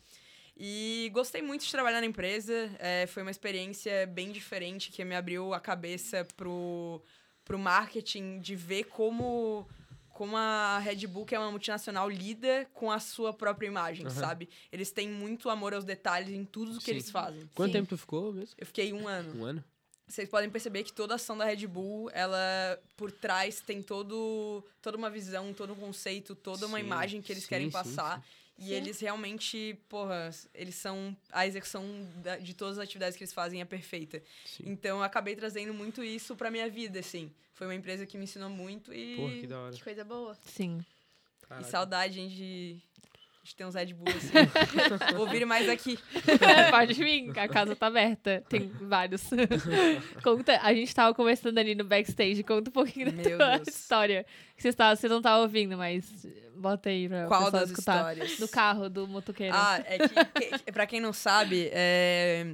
S2: E gostei muito de trabalhar na empresa. é, foi uma experiência bem diferente que me abriu a cabeça pro, pro marketing de ver como, como a Red Bull, que é uma multinacional, lida com a sua própria imagem,
S3: Aham.
S2: sabe? Eles têm muito amor aos detalhes em tudo que
S3: Sim.
S2: eles fazem.
S3: Quanto
S1: Sim.
S3: tempo tu ficou mesmo?
S2: Eu fiquei um ano
S3: Um ano?
S2: vocês podem perceber que toda a ação da Red Bull, ela por trás tem todo, toda uma visão, todo um conceito, toda uma
S3: Sim,
S2: imagem que eles
S3: sim,
S2: querem
S3: sim,
S2: passar. E
S4: Sim.
S2: eles realmente, porra, eles são. A execução da- de todas as atividades que eles fazem é perfeita.
S3: Sim.
S2: Então eu acabei trazendo muito isso pra minha vida, assim. Foi uma empresa que me ensinou muito e.
S3: Porra, que da hora.
S4: Que coisa boa.
S1: Sim.
S2: E
S3: Caraca.
S2: saudade, hein, de A gente tem uns Red Bull assim. Vou vir mais aqui.
S1: Pode vir, a casa tá aberta. Tem vários. conta, a gente tava conversando ali no backstage. Conta um pouquinho da
S2: Meu
S1: tua
S2: Deus.
S1: história. Que vocês, tá, vocês não estavam ouvindo, mas bota aí pra
S2: Qual
S1: É pessoal
S2: das
S1: escutar.
S2: histórias?
S1: Do carro, do motoqueiro.
S2: Ah, é que, que pra quem não sabe, é,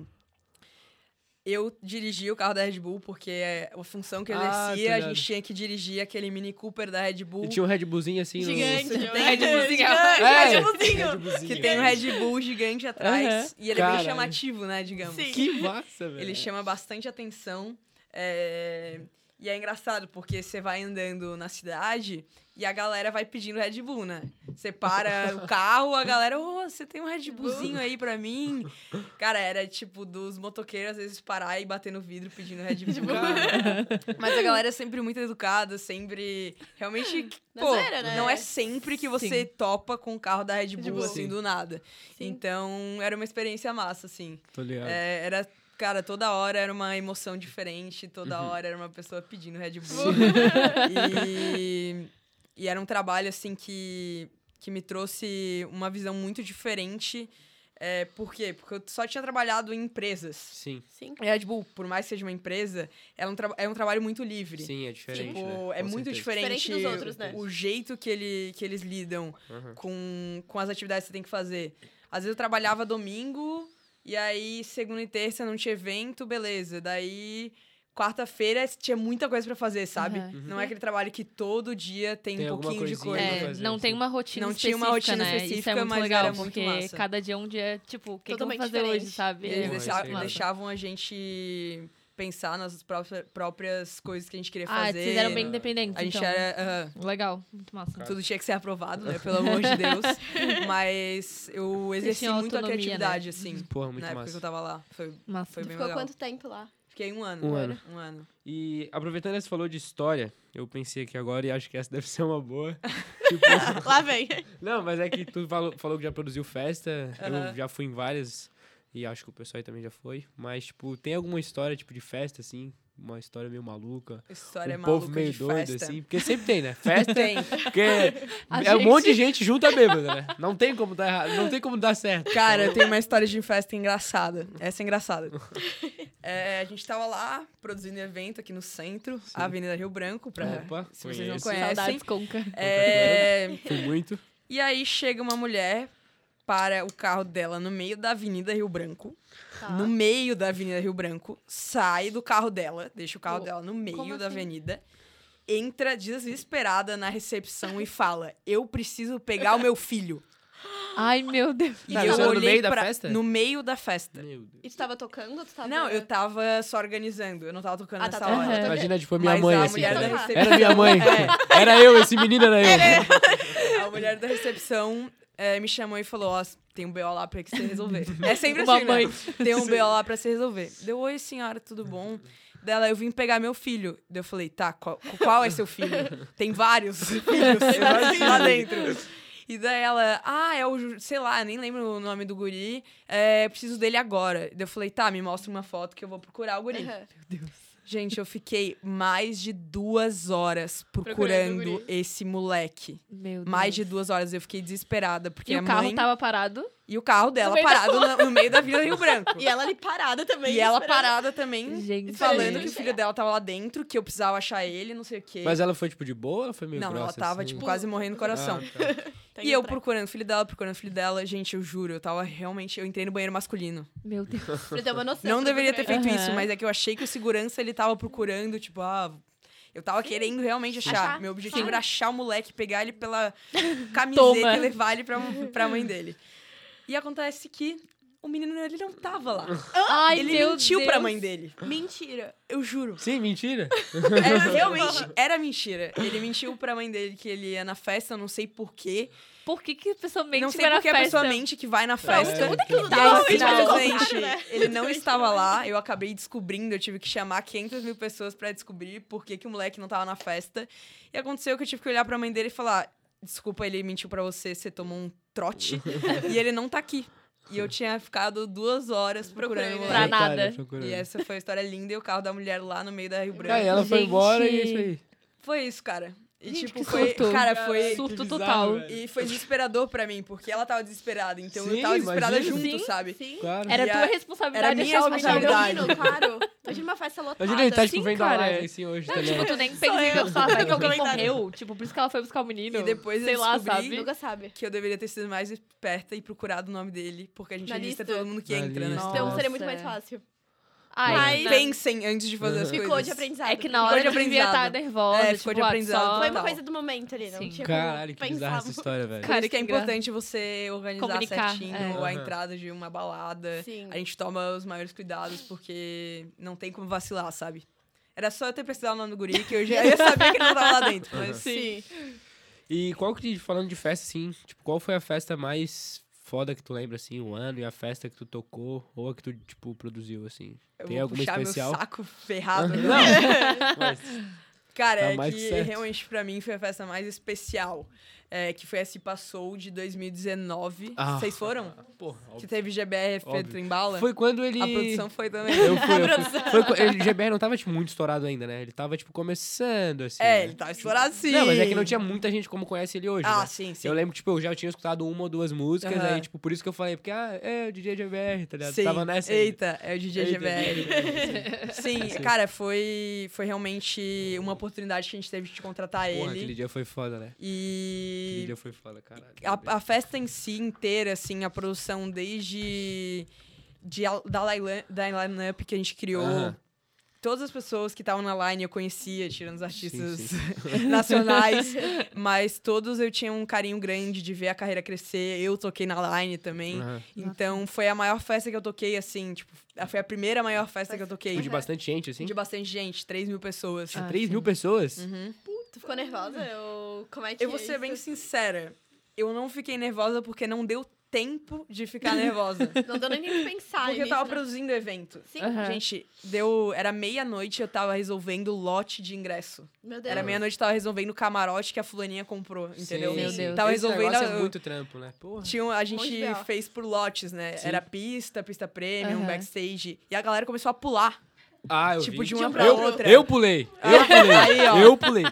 S2: eu dirigi o carro da Red Bull porque é, a função que eu
S3: Ah, tô
S2: exercia, a
S3: ligado.
S2: gente tinha que dirigir aquele Mini Cooper da Red Bull.
S3: E tinha um Red Bullzinho assim
S1: Gigante.
S3: no...
S1: Tem-
S2: tem-
S1: Red Bullzinho.
S2: É,
S3: É,
S2: Red Bullzinho.
S3: Red Bullzinho.
S2: Que tem um Red Bull gigante atrás. E ele é
S3: Caralho.
S2: bem chamativo, né, digamos.
S4: Sim.
S3: Que massa, velho.
S2: Ele chama bastante atenção. é, E é engraçado, porque você vai andando na cidade e a galera vai pedindo Red Bull, né? Você para o carro, a galera, ô, você tem um Red Bullzinho aí pra mim? Cara, era tipo dos motoqueiros às vezes parar e bater no vidro pedindo Red Bull.
S3: Cara,
S2: Mas a galera é sempre muito educada, sempre. Realmente,
S4: Mas
S2: pô,
S4: era, né?
S2: não é sempre que você
S1: Sim.
S2: topa com o carro da Red Bull,
S3: Bull.
S2: assim,
S3: Sim.
S2: do nada. Então, era uma experiência massa, assim.
S3: Tô ligado.
S2: É, era, cara, toda hora era uma emoção diferente, toda
S3: Uhum.
S2: hora era uma pessoa pedindo Red Bull. e, e era um trabalho, assim, que, que me trouxe uma visão muito diferente. É, por quê? Porque eu só tinha trabalhado em empresas.
S3: Sim,
S4: Sim.
S2: E a Red Bull, por mais que seja uma empresa, ela é um, tra- é um trabalho muito livre.
S3: sim, é diferente,
S2: tipo,
S3: né?
S2: é
S3: Com
S2: muito
S3: certeza.
S2: diferente,
S4: Diferente dos outros, né?
S2: o jeito que, ele, que eles lidam
S3: Aham.
S2: com, com as atividades que você tem que fazer. Às vezes eu trabalhava domingo, e aí segunda e terça não tinha evento, beleza. Daí quarta-feira tinha muita coisa pra fazer, sabe?
S1: Aham.
S2: Não é aquele trabalho que todo dia tem,
S3: Tem
S2: um
S3: alguma
S2: pouquinho de
S3: coisinha
S2: coisa.
S3: pra
S1: É,
S3: fazer,
S1: não tem
S3: assim.
S1: uma rotina
S2: Não tinha
S1: específica,
S2: uma rotina
S1: né? Isso é
S2: específica,
S1: muito
S2: mas
S1: legal,
S2: era muito
S1: porque
S2: massa.
S1: cada dia é um dia, tipo, o que, que eu vou
S4: Totalmente
S1: fazer
S4: diferente.
S1: hoje, sabe?
S2: E Eles
S1: É
S3: Porra,
S2: deixa-
S3: isso aí.
S1: muito massa.
S2: deixavam a gente pensar nas próprias, próprias coisas que a gente queria
S1: Ah,
S2: fazer.
S1: vocês eram bem independentes,
S2: A gente
S1: então.
S2: era. aham.
S1: Legal, muito massa.
S2: Tudo tinha que ser aprovado, né? Pelo amor de Deus. Mas eu exerci
S1: tinham
S2: muito a
S1: autonomia, né?
S2: criatividade, assim.
S3: Porra, muito
S2: na época que eu
S3: massa.
S2: tava lá. Foi,
S1: Massa.
S2: foi bem
S4: Ficou
S2: legal.
S4: quanto tempo lá?
S2: Fiquei um ano.
S3: Um ano.
S2: Um ano.
S3: E aproveitando que você falou de história, eu pensei aqui agora e acho que essa deve ser uma boa. Tipo,
S4: lá vem.
S3: Não, mas é que tu falou, falou que já produziu festa, eu
S2: Aham.
S3: já fui em várias, e acho que o pessoal aí também já foi. Mas, tipo, tem alguma história, tipo, de festa, assim? Uma história meio maluca?
S2: História é
S3: um
S2: maluca
S3: povo meio
S2: de
S3: doido,
S2: festa.
S3: assim? Porque sempre tem, né? Festa,
S2: Tem.
S3: porque
S1: A
S3: é um monte de gente junta bêbada, né? Não tem como dar errado, não tem como dar certo.
S2: Cara, eu tenho uma história de festa engraçada. Essa é engraçada. É, a gente tava lá produzindo evento aqui no centro, Avenida Rio Branco, pra,
S3: Opa,
S2: se vocês não
S3: conheço.
S2: conhecem.
S1: Saudades, Conca.
S2: É,
S3: Fui muito.
S2: e aí chega uma mulher, para o carro dela no meio da Avenida Rio Branco.
S1: Ah.
S4: Tá.
S2: no meio da Avenida Rio Branco, sai do carro dela, deixa o carro
S1: Uou.
S2: dela no meio
S1: Como
S2: da
S1: assim?
S2: avenida, entra desesperada na recepção e fala: Eu preciso pegar o meu filho.
S1: Ai, meu Deus.
S2: E
S3: Tá,
S2: eu
S3: isso era no
S2: olhei
S3: meio da
S2: pra-
S3: festa?
S2: No meio da festa.
S3: Meu Deus.
S4: E tu tava tocando? ou Tu tava...
S2: Não, eu tava só organizando, eu não tava tocando
S4: Ah, tá
S2: nessa
S4: tocando.
S2: hora.
S4: Aham.
S3: Imagina, tipo, a minha
S2: Mas
S3: mãe,
S2: a
S3: assim.
S2: mulher
S3: tá
S2: da
S3: ligado?
S2: recepção-
S3: Era minha mãe.
S2: É.
S3: Era eu, esse menino era eu.
S2: A mulher da recepção eh, me chamou e falou: Ó, tem um BO lá pra que você resolver. É sempre
S1: Uma
S2: assim, né? Tem um BO lá pra se resolver. Deu, oi, senhora, tudo bom? Dela, eu vim pegar meu filho. Daí eu falei, tá, qual, qual é seu filho? Tem vários filhos lá dentro. E daí ela, ah, é o, Ju- sei lá, nem lembro o nome do guri, é, preciso dele agora. Daí eu falei, tá, me mostra uma foto que eu vou procurar o guri.
S4: Aham.
S2: Gente, eu fiquei mais de duas horas
S4: Procurando o
S2: procurando,
S4: guri.
S2: esse moleque.
S1: Meu Deus.
S2: Mais de duas horas, eu fiquei desesperada, porque
S1: E
S2: a
S1: o carro
S2: mãe
S1: tava parado.
S2: e o carro dela
S4: tá meio da
S2: parado na- no meio da Vila Rio Branco.
S4: E ela ali parada também.
S2: E ela
S4: esperando.
S2: parada também,
S1: Gente.
S2: falando
S4: ele
S2: que o filho
S4: chegar.
S2: dela tava lá dentro, que eu precisava achar ele, não sei o quê.
S3: Mas ela foi, tipo, de boa ou ela foi meio
S2: não, ela
S3: grossa,
S2: tava,
S3: assim?
S2: tipo, quase morrendo do coração.
S3: Ah, tá.
S4: Tá
S2: E
S4: indo
S2: eu
S4: pra-
S2: procurando o filho dela, procurando o filho dela. Gente, eu juro, eu tava realmente. Eu entrei no banheiro masculino.
S1: Meu Deus.
S4: Pra ter uma noção.
S2: não
S4: do
S2: deveria ter
S4: tamanho.
S2: feito
S1: Aham.
S2: isso, mas é que eu achei que o segurança ele tava procurando, tipo, ah. Eu tava querendo realmente achar.
S4: Achar,
S2: Meu objetivo
S4: claro.
S2: era achar o moleque, pegar ele pela camiseta
S1: Toma.
S2: e levar ele pra, um, pra mãe dele. E acontece que o menino ele não tava lá.
S1: Ai,
S2: ele
S1: meu
S2: mentiu
S1: Deus.
S2: pra mãe dele.
S4: Mentira.
S2: Eu juro.
S3: Sim, mentira.
S2: Era, realmente, era mentira. Ele mentiu pra mãe dele que ele ia na festa, eu não sei porquê.
S1: Por que, que a pessoa mente né?
S2: não sei
S1: pra
S2: por que a
S1: tipo festa?
S2: pessoa mente que vai na
S3: Pra
S2: festa.
S3: onde- onde é que
S2: E
S3: ele
S2: aí,
S1: tava?
S2: Simplesmente,
S4: Não, né?
S2: ele não estava lá. Eu acabei descobrindo, eu tive que chamar 500 mil pessoas pra descobrir por que, que o moleque não tava na festa. E aconteceu que eu tive que olhar pra mãe dele e falar: Desculpa, ele mentiu pra você, você tomou um trote e ele não tá aqui. E eu tinha ficado duas horas procurando o
S4: Procurando.
S1: Pra
S2: moleque.
S1: nada.
S2: E essa foi a história linda e o carro da mulher lá no meio da Rio Branco.
S3: Aí ela foi
S1: Gente.
S3: embora e é isso aí.
S2: Foi isso, cara. E,
S1: Gente,
S2: tipo,
S1: que
S2: foi.
S1: surto.
S2: Cara,
S3: Cara,
S2: foi.
S3: que
S1: Surto
S3: bizarro,
S1: total.
S3: velho.
S2: E foi desesperador pra mim, porque ela tava desesperada, então
S3: Sim,
S2: eu tava desesperada
S3: imagino.
S2: junto,
S1: Sim,
S2: sabe?
S4: Sim.
S3: Claro.
S1: Era
S2: E
S1: tua
S2: a-
S1: responsabilidade
S2: era minha
S1: achar o
S4: Achar o
S2: responsabilidade.
S1: menino.
S4: menino, claro. Imagina uma festa lotada.
S3: Imagina ele tá,
S1: Sim,
S3: tipo, vendo a
S1: cara.
S3: live, assim, hoje, tá
S1: Não, tipo,
S3: ligado?
S1: tu nem
S4: Sou
S1: percebeu
S4: eu.
S1: que ela vai que alguém
S2: Comentário.
S1: morreu. Tipo, por isso que ela foi buscar o menino.
S2: E depois eu
S1: Sei lá,
S2: descobri-
S1: sabe?
S4: Nunca sabe.
S2: Que eu deveria ter sido mais esperta e procurado o nome dele, porque a gente
S4: Na
S2: lista
S4: lista.
S2: todo mundo que
S3: Na
S2: entra, né?
S3: lista.
S4: Então
S1: Nossa.
S4: seria muito mais fácil.
S1: Ai, né?
S4: Mas-
S1: não.
S2: Pensem antes de fazer as
S4: Ficou
S2: coisas.
S4: de aprendizado.
S1: É que na
S2: Ficou
S1: hora
S2: de
S1: eu devia
S2: aprendizado.
S1: estar nervosa.
S2: É,
S1: tipo,
S2: ficou de
S1: ah, só-
S2: aprendizado.
S4: Foi uma
S2: Total.
S4: coisa do momento ali, não
S1: Sim.
S4: tinha
S3: Caralho, que
S4: como
S3: bizarra
S4: pensar.
S3: essa história, velho.
S2: Por
S1: Cara,
S2: isso que é
S1: que engra-
S2: importante você organizar
S1: Comunicar,
S2: certinho
S1: é.
S2: a
S3: Aham.
S2: entrada de uma balada.
S4: Sim.
S2: A gente toma os maiores cuidados, porque não tem como vacilar, sabe? Era só eu ter pesquisado o nome do guri, que eu já ia saber que ele não tava lá dentro. Mas
S1: Sim.
S3: E qual que, falando de festa, assim, tipo, qual foi a festa mais foda que tu lembra, assim, o ano e a festa que tu tocou ou a que tu, tipo, produziu, assim?
S2: eu
S3: Tem
S2: vou
S3: alguma
S2: puxar
S3: especial?
S2: meu saco
S1: Ah,
S2: ferrado.
S3: Não! Mas,
S1: Tipo,
S2: Cara,
S3: Tá
S2: é
S3: mais
S2: que
S3: certo.
S2: realmente pra mim foi a festa mais especial. é, que foi a Se Passou de 2019.
S3: Ah.
S2: Vocês foram?
S3: porra,
S2: Que
S3: óbvio.
S2: teve GBR,
S3: Óbvio.
S2: Pedro Embala?
S3: Foi quando ele...
S2: A produção foi também.
S3: Eu fui, eu fui. Foi quando- ele, o GBR não tava, tipo, muito estourado ainda, né? Ele tava, tipo, começando, assim.
S2: É,
S3: né?
S2: ele tava estourado sim.
S3: Não, mas é que não tinha muita gente como conhece ele hoje,
S2: Ah,
S3: né?
S2: sim, sim.
S3: Eu lembro, tipo, eu já tinha escutado uma ou duas músicas,
S2: Aham.
S3: aí, tipo, por isso que eu falei, porque, ah, é o DJ GBR, tá ligado?
S2: Sim.
S3: Tava nessa ainda.
S2: Eita, é o DJ GBR. Sim,
S3: Sim.
S2: cara, foi, foi realmente uma oportunidade que a gente teve de contratar
S3: Porra,
S2: ele.
S3: aquele dia foi foda, né? Aquele
S2: E
S3: dia foi foda, caralho.
S2: a, a festa em si inteira, assim, a produção desde de, al- da, line, da line-up que a gente criou.
S3: Aham.
S2: Todas as pessoas que estavam na line eu conhecia, tirando os artistas
S3: sim.
S2: nacionais. mas todos eu tinha um carinho grande de ver a carreira crescer. Eu toquei na line também.
S3: Aham.
S2: Então foi a maior festa que eu toquei, assim, tipo, a- foi a primeira maior festa que eu toquei.
S3: Foi de bastante gente, assim?
S2: De Uhum. bastante gente, 3 mil pessoas.
S1: Ah,
S3: 3
S1: sim.
S3: mil pessoas?
S4: Tu ficou nervosa? Eu... Como é que
S2: Eu vou
S4: é
S2: ser bem
S4: isso?
S2: sincera. Eu não fiquei nervosa porque não deu tempo de ficar nervosa.
S4: Não deu nem pra pensar
S2: porque eu
S4: nisso,
S2: tava
S4: né?
S2: produzindo o evento.
S4: Sim.
S1: Aham.
S2: Gente, deu. Era meia-noite, eu tava resolvendo lote de ingresso.
S4: Meu Deus.
S3: Hum.
S2: Era meia-noite, eu tava resolvendo o camarote que a fulaninha comprou, entendeu?
S1: Meu Deus.
S2: Tava
S3: Esse
S2: resolvendo.
S3: negócio
S2: eu-
S3: é muito trampo, né? Porra.
S2: Tinha, um- a
S4: monte de
S2: gente
S4: B.O.
S2: fez por lotes, né?
S3: Sim.
S2: Era pista, pista premium,
S1: Aham.
S2: backstage. E a galera começou a pular.
S3: Ah, eu
S2: tipo,
S3: vi.
S2: de uma
S4: Tinha
S2: pra
S3: eu,
S2: outra.
S3: Eu pulei. Eu pulei.
S2: Aí, ó.
S3: Eu pulei.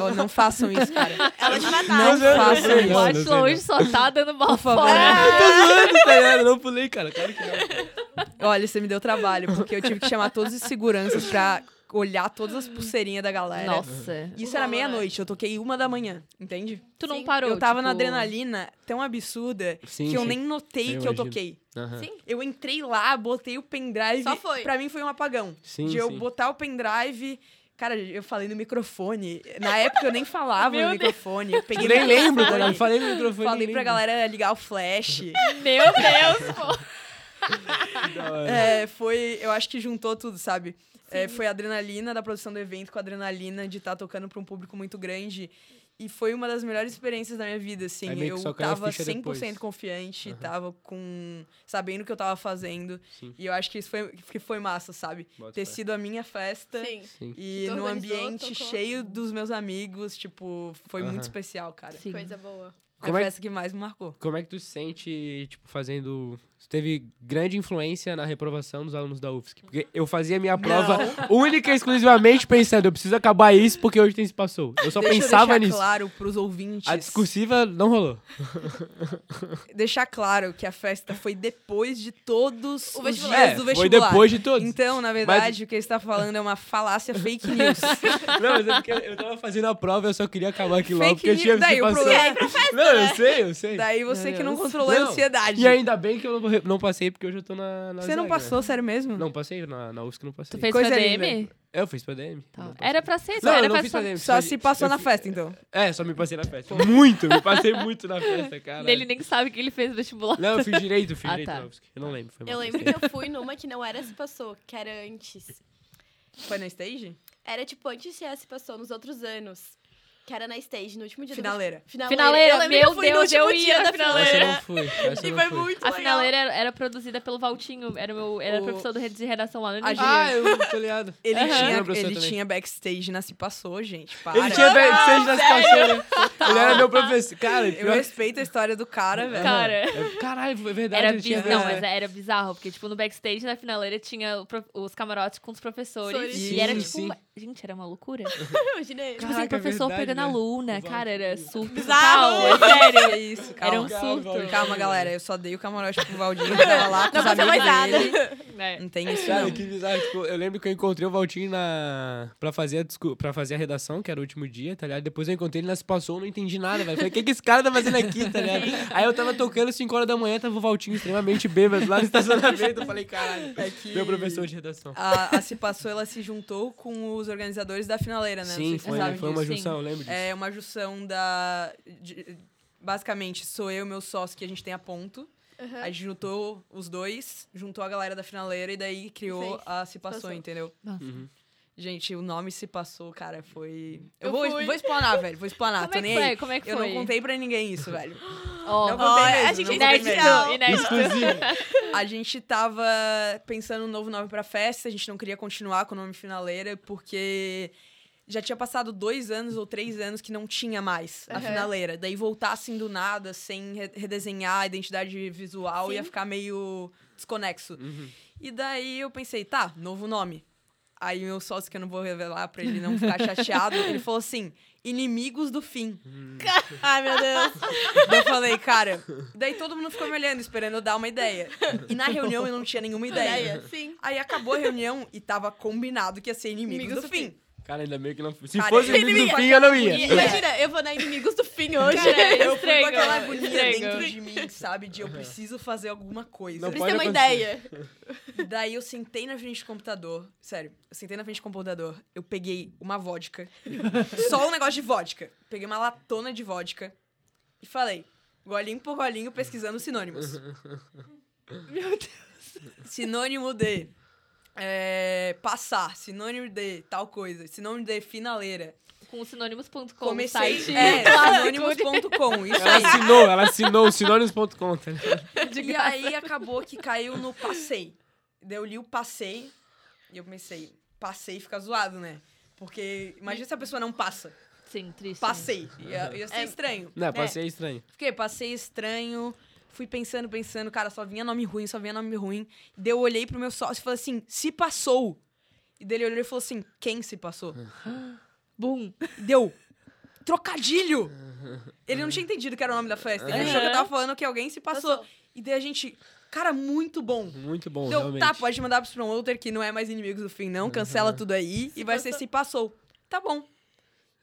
S2: Oh, não façam isso, cara.
S4: Ela te
S2: Não
S4: matava.
S2: façam
S3: Não,
S1: O
S2: isso.
S3: não sei, não.
S1: Atila hoje só tá dando mal
S2: Por favor.
S1: fora.
S3: Eu tô zoando, tá ligado? Eu não pulei, cara. Claro que não.
S2: Olha, você me deu trabalho, porque eu tive que chamar todos os seguranças pra olhar todas as pulseirinhas da galera.
S1: Nossa.
S2: Isso era meia-noite, eu toquei uma da manhã, entende?
S1: Tu não
S4: Sim.
S1: parou.
S2: eu tava na
S1: tipo,
S2: adrenalina tão absurda
S3: Sim,
S2: que eu
S3: sim.
S2: nem notei
S3: Eu
S2: que eu
S3: imagino.
S2: toquei.
S3: Aham.
S4: Sim.
S2: Eu entrei lá, botei o pendrive.
S4: Só foi.
S2: Pra mim foi um apagão.
S3: Sim,
S2: de eu
S3: sim.
S2: botar o pendrive. Cara, eu falei no microfone. Na época eu nem falava
S1: Meu
S2: no
S1: Deus.
S2: microfone. Eu peguei
S3: Eu nem
S2: no
S3: lembro,
S2: microfone,
S3: cara. Eu falei no microfone.
S2: Falei
S3: nem
S2: pra
S3: lembro.
S2: galera ligar o flash.
S1: Meu Deus, pô.
S3: Da hora.
S2: É, foi. Eu acho que juntou tudo, sabe? É, foi a adrenalina da produção do evento com a adrenalina de estar tocando pra um público muito grande. E foi uma das melhores experiências da minha vida, assim.
S3: Aí meio que
S2: eu
S3: só caiu a
S2: tava
S3: ficha
S2: 100%
S3: depois.
S2: confiante, tava com. sabendo o que eu tava fazendo.
S3: Sim.
S2: E eu acho que isso foi, que foi massa, sabe?
S3: Bota
S2: Ter
S3: fé.
S2: sido a minha festa.
S4: Sim.
S3: Sim.
S2: E
S4: Tu
S2: num
S4: organizou,
S2: ambiente
S4: tocou.
S2: cheio dos meus amigos, tipo, foi
S3: Aham.
S2: muito especial, cara.
S1: Sim.
S4: Coisa boa.
S2: Foi
S3: Como
S2: a
S3: é-
S2: festa que mais me marcou.
S3: Como é que tu se sente, tipo, fazendo. Tu teve grande influência na reprovação dos alunos da UFSC? Porque eu fazia minha prova única e exclusivamente pensando, eu preciso acabar isso porque hoje tem se passou. Eu só
S2: Deixa eu
S3: pensava
S2: deixar
S3: nisso.
S2: claro pros ouvintes.
S3: A discursiva não rolou.
S2: deixar claro que a festa foi depois de todos
S4: O
S2: os
S4: vestibular.
S2: dias do
S3: É, foi
S2: vestibular.
S3: depois de todos.
S2: Então, na verdade, o que ele está falando é uma falácia fake news.
S3: Não, mas é porque eu tava fazendo a prova, eu só queria acabar aqui logo,
S2: Então- Fake
S3: porque eu tinha
S2: news, daí
S3: se
S2: o
S3: passou.
S2: problema- é né?
S3: Não, eu sei, eu sei.
S2: Daí você que não
S3: Não,
S2: controlou a ansiedade.
S3: E ainda bem que eu não- não passei, porque hoje eu tô na. na
S2: você não
S3: zaga, né?
S2: passou, sério mesmo?
S3: Não, passei na, na UFSC, não
S1: Tu
S3: passei.
S1: fez
S2: Coisa
S1: pra DM?
S3: Eu fiz pra DM.
S1: Tá.
S3: não passei.
S1: Era pra ser, só
S3: Não, eu
S1: era
S3: não
S1: pra
S3: fiz
S1: só-
S3: pra DM.
S2: É, Só se passou
S3: eu
S2: na
S3: fi-
S2: festa, então.
S3: É, só me passei na festa. Muito, me passei muito na festa, cara.
S1: Ele nem sabe que ele fez vestibular.
S3: Não, eu fiz direito, eu fiz
S1: Ah,
S3: direito.
S1: tá.
S3: não, Eu não lembro. Foi mal,
S4: Eu lembro que eu fui numa que não era se passou, que era antes.
S2: Foi na stage?
S4: Era tipo antes se a se passou nos outros anos. Que era na stage, no último dia
S2: Finaleira.
S4: do... Finaleira.
S1: Finaleira,
S4: eu lembro que eu
S1: meu
S4: fui no
S1: Deus,
S4: último
S1: eu
S4: dia
S1: ia
S4: da
S1: na
S3: Essa eu
S1: finaleira.
S3: não fui. Essa eu
S2: E
S3: não
S2: foi
S3: fui.
S2: muito
S1: A
S2: legal.
S1: finaleira era, era produzida pelo Valtinho, era, meu, era
S2: O-
S1: professor do rede de redação lá no
S2: A
S1: Unigem.
S2: gente-
S3: Ah, eu tô ligado.
S2: Ele,
S1: Aham.
S3: Era
S2: tinha,
S3: professor
S2: ele
S3: também.
S2: tinha backstage na Se Passou, gente. Para.
S3: Ele tinha velho, seja das
S1: Tá.
S3: parceiras. Ele era meu professor. Cara,
S2: Eu respeito a história do cara, velho.
S1: Cara.
S3: É, Caralho, é verdade.
S1: Era
S3: ele tinha-
S1: biz... Não, mas é, era bizarro, porque, tipo, no backstage, na finaleira, tinha o pro- os camarotes com os professores.
S4: Sim,
S1: e era,
S3: sim.
S1: tipo, uma- gente, era uma loucura. tipo
S4: Imaginei.
S1: assim,
S3: Caraca, é
S1: professor
S3: verdade,
S1: pegando
S3: né?
S1: aluna,
S3: O
S1: cara, era surto. total,
S4: Bizarro!
S1: é sério.
S2: É isso,
S1: Era um
S2: calma.
S1: surto.
S3: Valtinho.
S2: Calma, galera. Eu só dei o camarote pro Valdinho, que tava lá com os
S4: Não aconteceu mais
S2: amigos
S4: nada.
S2: dele.
S1: É.
S2: Não tem isso,
S3: Cara,
S2: não.
S3: que bizarro. Tipo, eu lembro que eu encontrei o Valtinho na... pra, fazer a discu- pra fazer a redação, que era o último dia, tá ligado? Depois eu encontrei ele nas passou, eu não entendi nada, velho. Falei, o que, que esse cara tá fazendo aqui, tá ligado? Aí eu tava tocando 5 horas da manhã, tava o Valtinho extremamente bêbado lá no estacionamento. Eu falei, caralho,
S2: É que- Ah,
S3: meu professor de redação.
S2: A, a Se Passou, ela se juntou com os organizadores da finaleira, né?
S3: Sim,
S2: não sei se
S3: foi,
S2: vocês sabem
S3: foi uma
S1: disso, sim.
S3: junção, eu lembro disso.
S2: É uma junção da. de- basicamente, sou eu e meu sócio que a gente tem a ponto.
S4: Aham.
S2: A gente juntou os dois, juntou a galera da finaleira e daí criou
S4: Fez.
S2: a Se Passou,
S4: Passou.
S2: entendeu?
S1: Nossa.
S3: Uhum.
S2: Gente, o nome Se Passou, cara, foi. Eu,
S4: Eu
S2: vou,
S4: fui.
S2: vou explanar, velho. Vou explanar,
S1: Como
S2: tô
S1: é que
S2: nem
S1: foi?
S2: aí.
S1: Como é que
S2: eu
S1: foi?
S2: não contei pra ninguém isso, velho.
S1: Ó,
S2: não
S1: ó,
S2: contei
S4: Ó,
S2: mesmo.
S4: a gente
S2: não contei
S4: é
S1: inédito,
S2: mesmo.
S4: especial.
S1: inédito.
S3: Exclusivo.
S2: A gente tava pensando um novo nome pra festa, a gente não queria continuar com o nome Finaleira, porque já tinha passado dois anos ou três anos que não tinha mais a
S4: Aham.
S2: Finaleira. Daí voltar assim do nada, sem re- redesenhar a identidade visual,
S4: Sim.
S2: ia ficar meio desconexo.
S3: Uhum.
S2: E daí eu pensei, tá, novo nome. Aí meu sócio, que eu não vou revelar pra ele não ficar chateado, ele falou assim, Inimigos do Fim.
S4: Ai, meu Deus.
S2: Daí eu falei, cara... Daí todo mundo ficou me olhando, esperando eu dar uma ideia. E na reunião eu não tinha nenhuma ideia.
S4: Ideia, sim.
S2: Aí acabou a reunião e tava combinado que ia ser inimigos,
S4: Inimigos
S2: do
S4: do
S2: fim.
S3: Cara, ainda meio que não... Se
S2: Cara,
S3: fosse o
S2: ele
S3: Vivi do
S4: ia-
S3: fim, eu não
S4: E,
S3: ia.
S4: imagina, eu vou na Inimigos do Fim hoje.
S1: Cara, é.
S2: Eu fui com aquela
S1: Entregou,
S2: agonia
S1: entregou.
S2: dentro de mim, sabe? De eu preciso fazer alguma coisa.
S3: Não
S4: pra
S3: pode
S4: você ter é uma
S3: acontecer.
S4: ideia.
S2: E daí eu sentei na frente do computador. Sério, eu sentei na frente do computador. Eu peguei uma vodka. só um negócio de vodka. Peguei uma latona de vodka. E falei, golinho por golinho, pesquisando sinônimos.
S1: Meu Deus.
S2: Sinônimo de... é, passar. Sinônimo de tal coisa. Sinônimo de finaleira.
S1: Com sinônimos.com,
S2: Comecei...
S1: site
S2: É,
S1: clássico de-
S2: sinônimos.com. Isso
S3: Ela
S2: aí.
S3: assinou, ela assinou sinônimos.com, tá ligado?
S1: de
S2: E
S1: graça.
S2: aí acabou que caiu no passei. Daí eu li o passei e eu pensei, passei fica zoado, né? Porque imagina se a pessoa não passa.
S1: Sim, assim, triste. né?
S2: Passei. Ia, ia ser
S4: É.
S2: estranho.
S3: Não, passei estranho.
S2: Fiquei, passei estranho. Fui pensando, pensando, cara, só vinha nome ruim, só vinha nome ruim. Daí eu olhei pro meu sócio e falei assim, se passou. E daí ele olhou e falou assim, quem se passou?
S1: Bum.
S2: Deu. Trocadilho! Ele não tinha entendido que era o nome da festa. Ele achou que eu tava falando que alguém se passou. E daí a gente, cara, muito bom.
S3: Muito bom,
S2: Deu,
S3: realmente.
S2: tá, pode mandar pro promoter que não é mais inimigos do fim, não. Cancela tudo aí. e vai ser
S4: passou.
S2: se passou. Tá bom.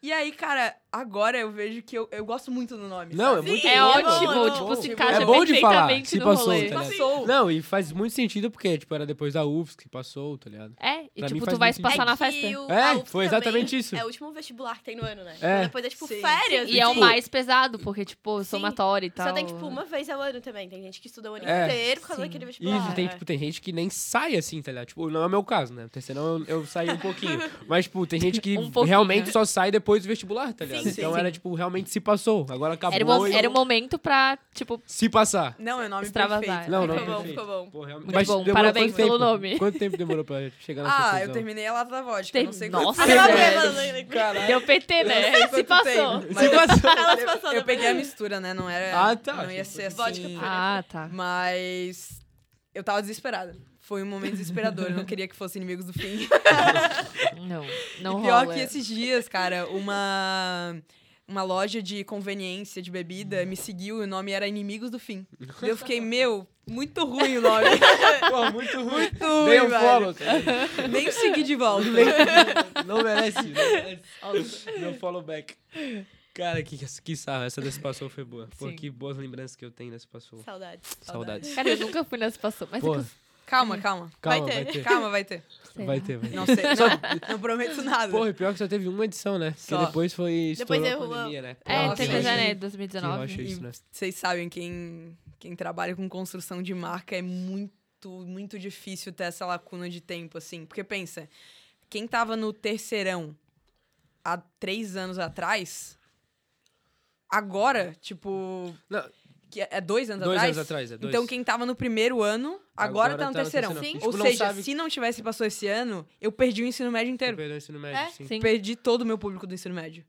S2: E aí, cara, agora eu vejo que eu, eu gosto muito do nome.
S3: Não, é
S2: sabe?
S3: muito
S1: É,
S3: bom,
S1: ótimo,
S3: bom,
S1: tipo,
S3: bom.
S1: se encaixa
S3: É bom de falar,
S1: perfeitamente
S3: se
S1: no
S3: passou,
S1: rolê.
S3: tá ligado?
S2: Passou.
S3: Não, e faz muito sentido porque, tipo, era depois da UFSC que passou, tá ligado?
S1: É, e
S3: Pra mim
S1: tipo,
S3: faz
S1: tu vai se
S3: muito
S1: passar
S4: É
S1: na
S4: que
S1: festa.
S2: Tipo,
S4: o-
S3: É,
S4: a UFSC
S3: foi
S4: também
S3: exatamente isso.
S4: É o último vestibular que tem no ano, né?
S3: É.
S4: Então depois é tipo
S2: Sim.
S4: férias.
S1: E é o
S3: Tipo,
S1: mais pesado, porque, tipo,
S4: sim.
S1: somatório e tal. né?
S4: Só tem tipo uma vez ao ano também. Tem gente que estuda o ano
S3: É.
S4: inteiro por causa
S1: Sim.
S4: daquele vestibular.
S3: Isso, tem,
S4: né?
S3: tipo, tem gente que nem sai assim, tá ligado? Tipo, não é o meu caso, né? Porque senão eu, eu saí um pouquinho. Mas, tipo, tem gente que
S1: Um pouquinho.
S3: realmente só sai depois do vestibular, tá ligado?
S2: Sim, sim,
S3: então
S2: sim.
S3: era, tipo, realmente se passou. Agora acabou. então.
S1: Era o, mo-
S3: e-
S1: era o momento pra, tipo,
S3: Se passar.
S2: Não, é nome
S1: Extravasar.
S2: perfeito.
S3: Não, não,
S4: Ficou bom,
S3: perfeito.
S4: ficou bom.
S3: Pô, realmente-
S1: Muito bom,
S3: demorou
S1: parabéns
S3: quanto tempo?
S1: pelo nome.
S3: Quanto tempo demorou pra chegar na
S2: Ah, eu
S3: conclusão?
S2: terminei a lata vodka.
S1: Tem-
S2: Não sei
S1: Nossa,
S2: quanto
S1: é
S2: tempo.
S1: verdade.
S3: Caralho.
S1: deu PT, né? Se
S2: quanto
S1: passou.
S2: tempo, mas
S3: Se passou.
S4: Ela se passou
S2: Eu
S4: também.
S2: peguei a mistura, né? Não era.
S3: Ah, tá.
S2: Não ia ser assim.
S4: Vodka pura.
S1: Ah, tá.
S2: Mas eu tava desesperada. Foi um momento desesperador. Eu não queria que fosse inimigos do fim.
S1: Não, não
S2: e pior
S1: rola.
S2: que esses dias, cara, uma uma loja de conveniência de bebida me seguiu e o nome era Inimigos do Fim. Daí eu fiquei, meu, muito ruim o nome.
S3: Pô, muito ruim.
S2: Muito ruim,
S3: Dei um
S2: velho.
S3: follow, tá ligado?
S2: Nem segui de volta.
S3: Não merece, não merece. Meu follow back. Cara, que, que sarro. Essa desse passou foi boa. Pô,
S1: Sim.
S3: que boas lembranças que eu tenho desse passou.
S4: Saudades.
S3: Saudades.
S1: Cara, eu nunca fui nessa passou. Mas é
S3: Pô,
S1: eu
S2: Calma, calma.
S3: calma,
S4: Vai
S3: vai
S4: ter.
S3: ter.
S2: Calma, vai ter.
S1: sei
S3: Vai
S1: lá.
S3: ter, vai ter.
S2: Não sei. Não, não prometo nada.
S3: Porra, e pior que só teve uma edição, né? Porque
S2: Só.
S3: depois foi. Estourou
S4: errou
S3: a
S4: a-
S3: pandemia, né?
S1: É,
S2: Nossa,
S1: teve
S2: gente.
S1: janeiro de
S3: Que rocha
S1: 2019.
S3: isso, né?
S2: Vocês sabem, quem, quem trabalha com construção de marca é muito, muito difícil ter essa lacuna de tempo, assim. Porque pensa, quem tava no terceirão há três anos atrás, agora, tipo.
S3: Não.
S2: Que é é dois anos
S3: Dois
S2: atrás?
S3: anos atrás, é dois.
S2: Então quem tava no primeiro ano, agora, tá no terceirão.
S1: terceirão. Sim.
S3: E,
S2: Ou
S3: tipo, não
S2: seja,
S3: sabe-
S2: se não tivesse passou esse ano, eu perdi o ensino médio inteiro.
S3: Perdão, ensino médio,
S1: É,
S3: sim.
S1: sim.
S2: Perdi todo o meu público do ensino médio.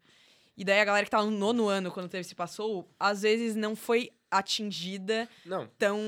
S2: E daí a galera que tava no nono ano, quando teve se passou, às vezes não foi atingida
S3: Não,
S2: tão.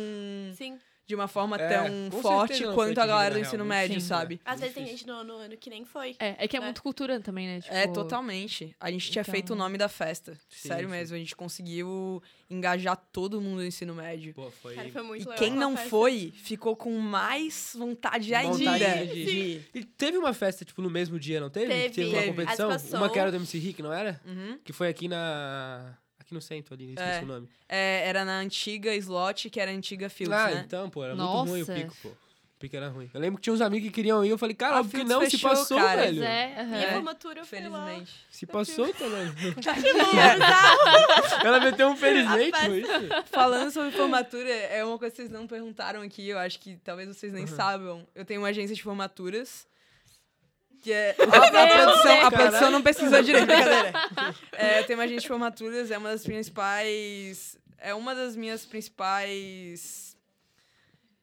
S1: Sim.
S2: de uma forma
S3: É, com
S2: tão
S3: certeza
S2: um forte
S3: não foi
S2: quanto a galera do
S3: atingida, né,
S2: ensino
S3: realmente.
S2: médio,
S1: Sim.
S2: sabe?
S4: Às vezes tem
S3: Difícil.
S4: gente no ano, ano que nem foi.
S1: É, é que é
S4: Né?
S1: muito cultura também, né? Tipo,
S2: É, totalmente. A gente tinha
S1: então-
S2: feito o nome da festa.
S3: Sim,
S2: Sério
S3: sim.
S2: mesmo, a gente conseguiu engajar todo mundo no ensino médio.
S3: pô, foi...
S4: Cara, foi um muito
S2: e
S4: legal
S2: quem
S4: aquela
S2: não
S4: festa.
S2: foi, ficou com mais vontade
S3: Vontade
S2: ainda
S3: de-
S2: de ir.
S3: E teve uma festa, tipo, no mesmo dia, não teve? Que
S4: Teve.
S3: teve uma
S2: Teve.
S3: competição?
S4: As pessoas-
S3: Uma que era do MC Rick, não era?
S2: Uhum.
S3: Que foi aqui na... Aqui no centro ali, esqueci
S2: É.
S3: o nome.
S2: É, era na antiga slot, que era a antiga Fields,
S3: ah,
S2: né?
S3: então, pô, era
S1: Nossa.
S3: muito ruim o pico, pô. O pico era ruim. Eu lembro que tinha uns amigos que queriam ir, eu falei,
S2: A
S3: cara, porque
S2: Fields
S3: não se
S2: fechou,
S3: passou,
S2: cara.
S1: Pois
S3: velho.
S1: é, aham.
S4: Minha
S2: É.
S4: formatura foi lá.
S2: Felizmente.
S3: Se passou, tá velho.
S2: tá.
S4: Felizmente.
S3: Ela meteu um felizmente,
S4: A festa.
S3: foi isso?
S2: Falando sobre formatura, é uma coisa que vocês não perguntaram aqui, eu acho que talvez vocês nem saibam. Eu tenho uma agência de formaturas. Que é, a, a produção, a
S3: Caralho.
S2: produção não pesquisou direito, brincadeira. É, eu tenho uma agência de formaturas, é uma das principais. É uma das minhas principais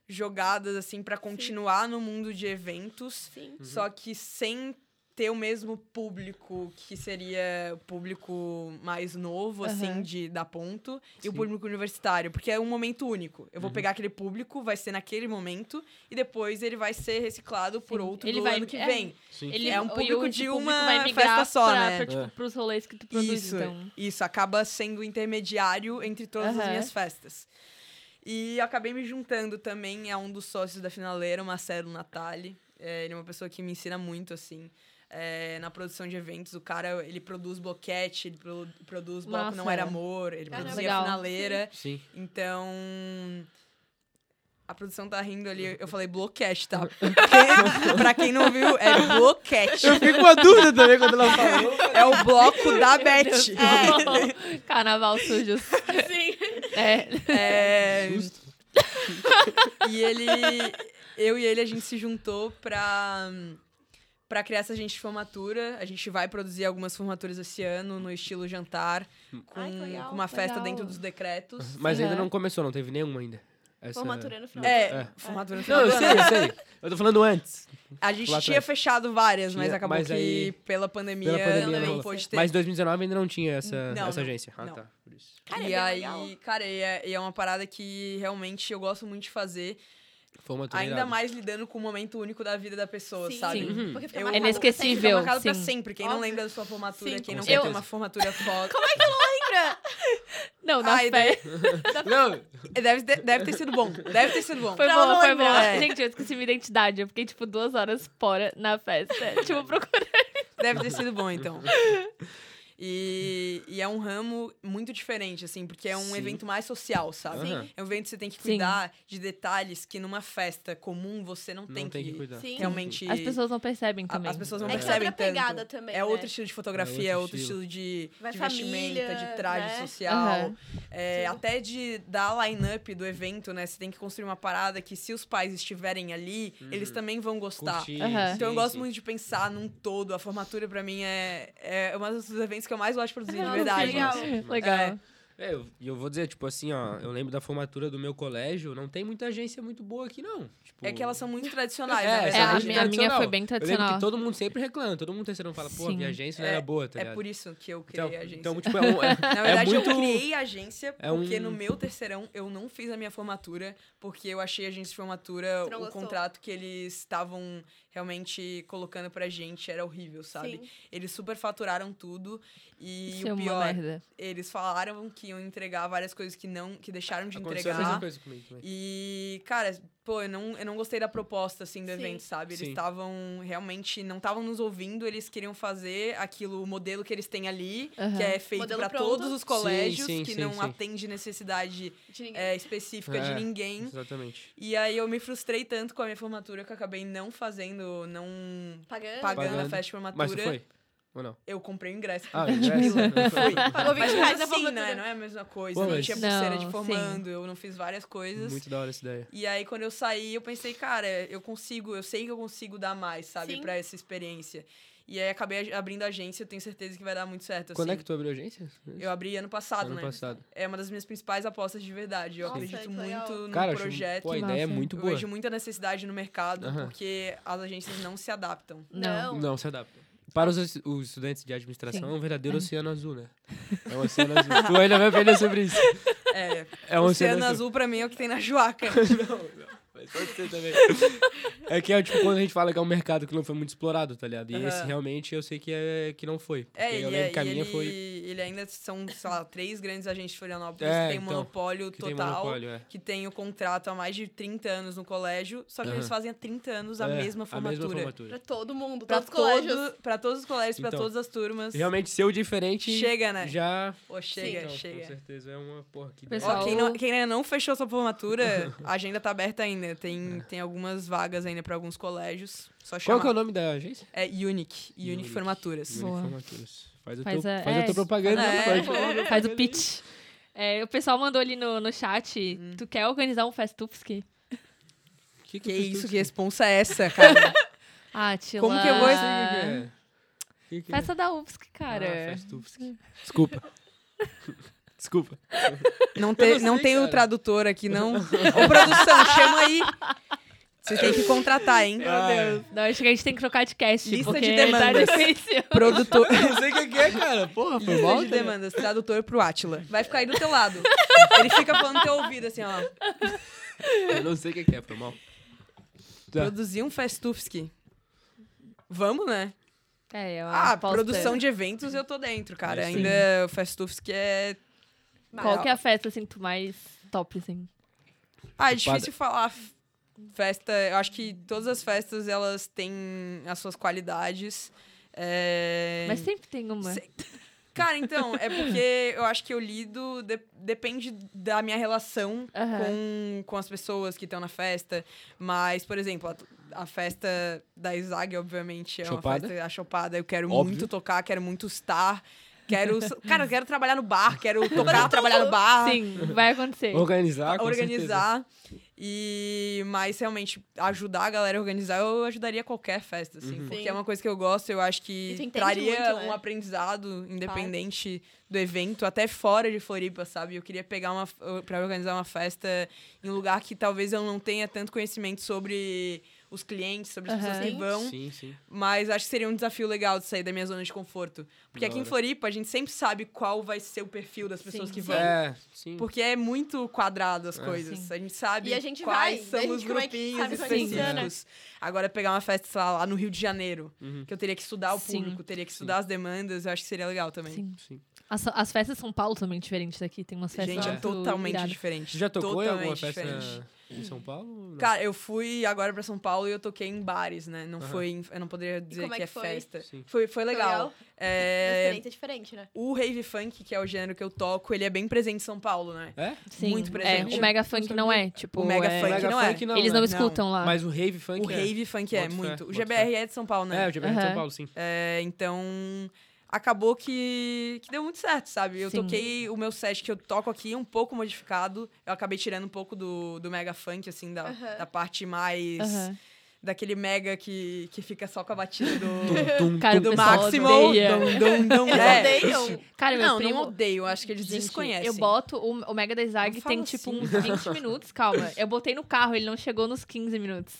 S2: jogadas, assim, pra continuar no mundo de eventos.
S4: Sim.
S1: Uhum.
S2: Só que sem ter o mesmo público que seria o público mais novo, assim,
S1: Aham.
S2: de dar ponto, e o
S3: Sim.
S2: público universitário, porque é um momento único. Eu vou
S1: Uhum.
S2: pegar aquele público, vai ser naquele momento, e depois ele vai ser reciclado por
S1: Sim.
S2: outro
S1: Ele
S2: do
S1: vai-
S2: ano que
S1: é.
S2: vem.
S3: Sim.
S1: Ele,
S2: É um
S1: e o-
S2: público
S1: esse
S2: de
S1: público
S2: uma
S1: vai migrar
S2: festa só,
S1: pra,
S2: né?
S1: pra, tipo,
S3: É.
S1: pros rolês que tu produz,
S2: Isso. é.
S1: então.
S2: Isso, acaba sendo o intermediário entre todas as
S1: Aham.
S2: minhas festas. E eu acabei me juntando também a um dos sócios da finaleira, o Marcelo Natali. É, ele é uma pessoa que me ensina muito, assim, é, na produção de eventos. O cara, ele produz bloquete, ele pro- produz Bloco
S1: Massa.
S2: Não Era Amor, ele
S4: Caramba.
S2: produzia
S1: Legal.
S2: finaleira.
S3: Sim.
S2: Então... A produção tá rindo ali. Eu falei bloquete, tá? Porque, pra quem não viu, é bloquete.
S3: Eu fiquei com a dúvida também quando ela falou.
S2: É o bloco da Beth.
S1: É. Carnaval sujos.
S4: Sim.
S1: É.
S2: É,
S3: Justo.
S2: E ele. Eu e ele, a gente se juntou pra. Pra criar essa gente de formatura, a gente vai produzir algumas formaturas esse ano no estilo jantar, com,
S4: Ai, que legal,
S2: com uma festa
S1: legal.
S2: dentro dos decretos.
S3: Hum. Mas ainda
S1: Aham.
S3: não começou, não teve nenhuma ainda. Essa...
S4: Formatura no final.
S2: É,
S3: É.
S2: formatura no final
S3: Não, eu
S2: do
S3: sei,
S2: ano.
S3: eu sei. Eu tô falando antes.
S2: A gente
S3: Lá
S2: tinha
S3: atrás.
S2: fechado várias, mas
S3: Tinha,
S2: acabou
S3: mas
S2: que
S3: aí,
S2: pela pandemia,
S3: Pela pandemia
S2: não
S3: não
S2: pôde ter.
S3: Mas em 2019 ainda não tinha essa,
S2: Não,
S3: essa
S2: não,
S3: agência. Ah,
S2: não.
S3: tá. Por isso.
S4: Cara, é
S2: e
S4: bem
S2: aí,
S4: legal.
S2: cara, e é, e é uma parada que realmente eu gosto muito de fazer,
S3: Formatura
S2: ainda
S3: irada.
S2: mais lidando com o momento único da vida da pessoa,
S4: Sim,
S2: sabe?
S1: Sim.
S3: Uhum.
S4: Porque fica
S2: Eu-
S4: marcado
S1: É inesquecível.
S2: Fica marcado pra
S1: sim.
S2: sempre. Quem não
S4: Óbvio.
S2: lembra da sua formatura,
S4: Sim.
S2: quem
S3: Com
S2: não quer ter
S3: certeza.
S2: uma formatura foto.
S1: Não, nas
S2: Ai,
S1: festas.
S3: Não,
S2: é, deve, ter- deve ter sido bom. Deve ter sido bom.
S1: Foi
S4: Pra ela
S1: bom,
S4: não
S1: foi bom.
S4: lembrar.
S2: É.
S1: Gente, eu esqueci minha identidade. Eu fiquei, tipo, duas horas fora na festa. tipo, procurando.
S2: Deve ter sido bom, então. E, e é um ramo muito diferente, assim, porque é um
S3: Sim.
S2: evento mais social, sabe?
S3: Aham.
S2: É um evento que você tem que
S1: Sim.
S2: cuidar de detalhes que numa festa comum você não tem
S3: não tem que cuidar.
S4: Sim.
S2: realmente.
S1: As pessoas não percebem
S2: a-
S1: também.
S2: as pessoas não
S4: É que é
S2: percebem
S4: outra pegada
S2: tanto.
S4: também,
S2: é
S4: né?
S2: outro estilo de fotografia, é
S3: É
S2: outro
S3: outro
S2: estilo, de,
S4: Vai
S2: de vestimenta,
S4: família,
S2: de traje
S4: né?
S2: social.
S1: Aham.
S2: É,
S4: Sim.
S2: até de dar a line-up do evento, né? Você tem que construir uma parada que, se os pais estiverem ali, eles também vão gostar.
S3: Uhum. Curtir,
S1: Aham.
S2: Então, eu
S3: sim,
S2: gosto
S3: sim.
S2: muito de pensar num todo. A formatura, pra mim, é, é um dos eventos que eu mais gosto de produzir,
S4: Ah,
S2: de
S4: que
S2: verdade.
S4: legal.
S3: Tipo,
S1: Legal.
S2: É.
S3: É, eu- e eu vou dizer, tipo assim, ó, eu lembro da formatura do meu colégio, não tem muita agência muito boa aqui, não. Tipo,
S2: É que elas são muito tradicionais,
S3: É,
S2: na
S3: essa
S1: É, a
S2: verdade.
S3: gente
S1: minha, a minha
S3: tradicional.
S1: foi bem
S3: Eu lembro
S1: tradicional.
S3: que todo mundo sempre reclama, todo mundo terceiro fala, pô, a minha
S1: Sim.
S3: agência não era boa, tá
S2: É
S3: ligado?
S2: por isso que eu criei
S3: então,
S2: a agência.
S3: então, tipo, é um. é-
S2: Na verdade,
S3: muito-
S2: eu criei a agência
S3: é
S2: porque
S3: um-
S2: no meu terceirão eu não fiz a minha formatura, porque eu achei a agência de formatura,
S4: Você não
S2: o
S4: gostou?
S2: contrato que eles estavam realmente colocando pra gente era horrível, sabe?
S4: Sim.
S2: Eles superfaturaram tudo e
S1: Isso é
S2: o
S1: uma
S2: pior,
S1: merda.
S2: eles falaram que iam entregar várias coisas que não, que deixaram de
S3: aconteceu a mesma
S2: entregar.
S3: coisa comigo também.
S2: E, cara, pô, eu não, eu não gostei da proposta, assim, do
S4: Sim.
S2: evento, sabe? Eles
S3: Sim.
S2: estavam realmente, não estavam nos ouvindo, eles queriam fazer aquilo, o modelo que eles têm ali,
S1: Aham.
S2: que é feito
S4: Modelo
S2: pra
S4: pronto.
S2: todos os colégios,
S3: sim,
S2: que
S3: sim,
S2: não
S3: sim.
S2: atende necessidade
S4: De ninguém.
S2: é, específica
S3: É.
S2: de ninguém.
S3: Exatamente.
S2: E aí eu me frustrei tanto com a minha formatura que eu acabei não fazendo, não
S4: Pagando.
S2: pagando, a
S3: Pagando.
S2: festa de
S3: Mas você
S2: formatura.
S3: foi? Ou não?
S2: Eu comprei o ingresso.
S3: Ah,
S2: por 20
S3: ingresso,
S2: pila.
S3: né?
S2: Fui.
S4: Pagou 20
S2: Mas mesmo
S4: reais a
S2: assim,
S4: formatura.
S2: né? Não é a mesma coisa.
S3: Pô,
S2: eu não
S3: mas-
S2: tinha pulseira
S1: Não,
S2: de
S1: sim.
S2: formando, eu não fiz várias coisas.
S3: Muito da hora essa ideia.
S2: E aí, quando eu saí, eu pensei, cara, eu consigo, eu sei que eu consigo dar mais, sabe,
S4: Sim.
S2: pra essa experiência. E aí acabei a- abrindo a agência, eu tenho certeza que vai dar muito certo.
S3: Quando é
S2: assim.
S3: que tu abriu a agência?
S2: Eu abri ano passado,
S3: ano
S2: né?
S3: passado.
S2: É uma das minhas principais apostas de verdade. Eu
S4: Nossa,
S2: acredito
S4: que legal.
S2: muito no
S3: Cara, eu acho-
S2: Um projeto.
S3: pô, a ideia é
S1: Massa.
S3: muito
S2: eu
S3: boa.
S2: vejo muita necessidade no mercado,
S3: Aham.
S2: porque as agências não se adaptam.
S1: Não.
S4: Não.
S3: Não, se adapta. Para os, os estudantes de administração,
S1: Sim.
S3: é um verdadeiro oceano azul, né? É um oceano azul. tu ainda vai aprender sobre isso.
S2: É,
S3: É um
S2: Oceano Azul pra mim é o que tem na Joaca.
S3: Mas pode ser também. é que é tipo quando a gente fala que é um mercado que não foi muito explorado, tá ligado? E esse
S2: Aham.
S3: realmente eu sei que, é, que não foi. Porque
S2: É,
S3: eu
S2: e,
S3: lembro
S2: é-
S3: que a
S2: e
S3: minha
S2: ele,
S3: foi
S2: ele ainda são, sei lá, três grandes agentes de Florianópolis
S3: É,
S2: que tem
S3: então,
S2: monopólio
S3: que tem
S2: total.
S3: monopólio, é.
S2: Que tem o contrato há mais de 30 anos no colégio, só que eles
S3: Aham.
S2: fazem há 30 anos a
S3: É,
S2: mesma formatura.
S3: A mesma formatura.
S4: Pra todo mundo,
S2: Pra,
S4: todos os colégios.
S2: todo- pra todos os colégios, pra
S3: Então,
S2: todas as turmas.
S3: Realmente ser o diferente
S2: Chega, né?
S3: já...
S2: Ô, chega,
S3: Então, Com
S2: chega.
S3: certeza é uma porra que...
S2: Ó,
S1: Pessoal,
S2: quem, não- quem ainda não fechou sua formatura, a agenda tá aberta ainda. Tem, tem algumas vagas ainda pra alguns colégios. Só
S3: É. Qual
S2: chama.
S3: que é o nome da agência?
S2: é Unique. Unique,
S3: Unique.
S2: Formaturas.
S1: Boa.
S3: Formaturas. Faz,
S1: Faz
S3: o teu,
S1: a-
S3: faz
S1: é,
S3: a tua propaganda. né,
S2: faz a-
S3: faz-
S2: É.
S1: Faz o pitch. É, o pessoal mandou ali no, no chat,
S2: Hum.
S1: tu quer organizar um Festupski?
S3: Que,
S2: Que
S3: é
S2: isso, que responsa é essa, cara?
S1: Ah, tia
S2: Como que eu vou-
S3: é? Que que é?
S1: Festa da UFSC,
S3: Ah,
S1: cara.
S3: faz tu, Fusca. Desculpa. Desculpa.
S2: Não, te-
S3: não sei,
S2: não tem o
S3: cara.
S2: tradutor aqui, não. Ô, produção, chama aí. Você tem que contratar, hein?
S3: Ah,
S1: Não, acho que a gente tem que trocar de cast,
S2: Lista
S1: porque
S2: de
S1: tá
S2: demandas.
S1: difícil.
S2: Produtor.
S3: Não sei o que que é, cara. Porra, foi mal.
S2: Lista de
S1: né?
S3: cara.
S2: demandas, tradutor pro Átila. Vai ficar aí do teu lado. Ele fica falando no teu ouvido, assim, ó.
S3: Eu não sei o que que é, foi mal. Tá.
S2: Produzir um Festufski. Vamos, né?
S1: É, é uma
S2: Ah,
S1: aposta.
S2: produção de eventos eu tô dentro, cara.
S3: Sim.
S2: Ainda o Festufski é.
S1: Qual que é a festa, assim, que tu mais top, assim?
S2: Ah, é difícil falar f- festa. Eu acho que todas as festas elas têm as suas qualidades. É...
S1: Mas sempre tem uma.
S2: Se- Cara, então, é porque eu acho que eu lido, de- depende da minha relação
S1: Aham.
S2: com, com as pessoas que estão na festa. Mas, por exemplo, a, a festa da Isag, obviamente, é
S3: Chopada.
S2: uma festa achopada. Eu quero
S3: Óbvio.
S2: muito tocar, quero muito estar. Quero. Cara, eu quero trabalhar no bar, quero tocar, trabalhar no bar
S1: Sim, vai acontecer.
S3: Organizar, Ah, com
S2: organizar e mas realmente ajudar a galera a organizar eu ajudaria qualquer festa assim
S3: Uhum.
S2: porque
S4: Sim.
S2: é uma coisa que eu gosto eu acho
S4: E tu
S2: que
S4: entende
S2: traria
S4: muito, né?
S2: um aprendizado independente do evento até fora de Floripa sabe eu queria pegar uma para organizar uma festa em um lugar que talvez eu não tenha tanto conhecimento sobre os clientes sobre as
S1: Aham.
S2: pessoas que
S4: Sim.
S2: vão
S3: certeza. Sim, sim.
S2: mas acho que seria um desafio legal de sair da minha zona de conforto porque
S3: Da
S2: aqui em
S3: hora.
S2: Floripa a gente sempre sabe qual vai ser o perfil das pessoas
S1: Sim.
S2: que
S1: Sim.
S2: vão
S3: É, sim.
S2: porque é muito quadrado as
S3: É.
S2: coisas.
S1: Sim.
S2: A gente sabe
S4: E a gente
S2: quais
S4: vai,
S2: são
S4: a gente
S2: os
S4: como é que
S2: grupinhos
S4: sabe
S1: como é que
S2: específicos. Agora, pegar uma festa, sei lá, lá no Rio de Janeiro,
S3: Uhum.
S2: que eu teria que estudar o
S1: Sim.
S2: público, teria que estudar as demandas, eu acho que seria legal também.
S1: Sim.
S3: Sim.
S1: As, as festas de São Paulo também diferentes daqui. Tem umas festas
S2: Gente, é
S1: muito
S2: totalmente
S1: iradas.
S2: diferente.
S3: Você já tocou em alguma
S2: Totalmente
S3: festa
S2: diferente.
S3: em São Paulo? Não.
S2: Cara, eu fui agora pra São Paulo e eu toquei em bares, né? Não
S3: Aham.
S2: foi, em- eu não poderia dizer
S4: como
S2: que,
S4: é
S2: é
S4: que foi?
S2: festa.
S3: Sim.
S2: Foi, foi legal.
S4: É...
S2: É,
S4: tá Experiência diferente, né?
S2: o rave funk, que é o gênero que eu toco, ele é bem presente em São Paulo, né?
S3: É?
S1: Sim,
S2: Muito presente.
S1: É, o mega funk não é, tipo...
S2: O mega
S1: é-
S2: funk
S3: Mega
S2: não é.
S3: funk não,
S1: Eles não
S3: né?
S1: escutam lá.
S3: Mas o rave funk
S2: o
S3: é.
S2: rave funk é,
S3: Boto fé,
S2: muito. O
S3: boto
S2: GBR é de São Paulo, né?
S3: É, o GBR de São
S1: Aham.
S3: Paulo, sim.
S2: É, então, acabou que, que deu muito certo, sabe? Eu
S1: Sim.
S2: toquei o meu set que eu toco aqui um pouco modificado. Eu acabei tirando um pouco do, do mega funk, assim, da,
S4: Aham.
S2: da parte mais.
S1: Aham.
S2: daquele mega que, que fica só com a batida do.
S3: Tum, tum,
S1: Cara,
S3: tum,
S1: o
S2: do
S3: tum.
S1: pessoal
S2: Máximo.
S1: odeia.
S2: Dum, dum, dum,
S4: Eles
S2: é.
S4: odeiam.
S1: Cara, meu
S2: Não,
S1: primo...
S2: não odeio. Acho que eles
S1: Gente,
S2: desconhecem.
S1: eu boto o, o Mega da
S2: Não
S1: Zag
S2: fala
S1: tem tipo
S2: assim.
S1: uns 20 minutos, calma. Eu botei no carro, ele não chegou nos 15 minutos.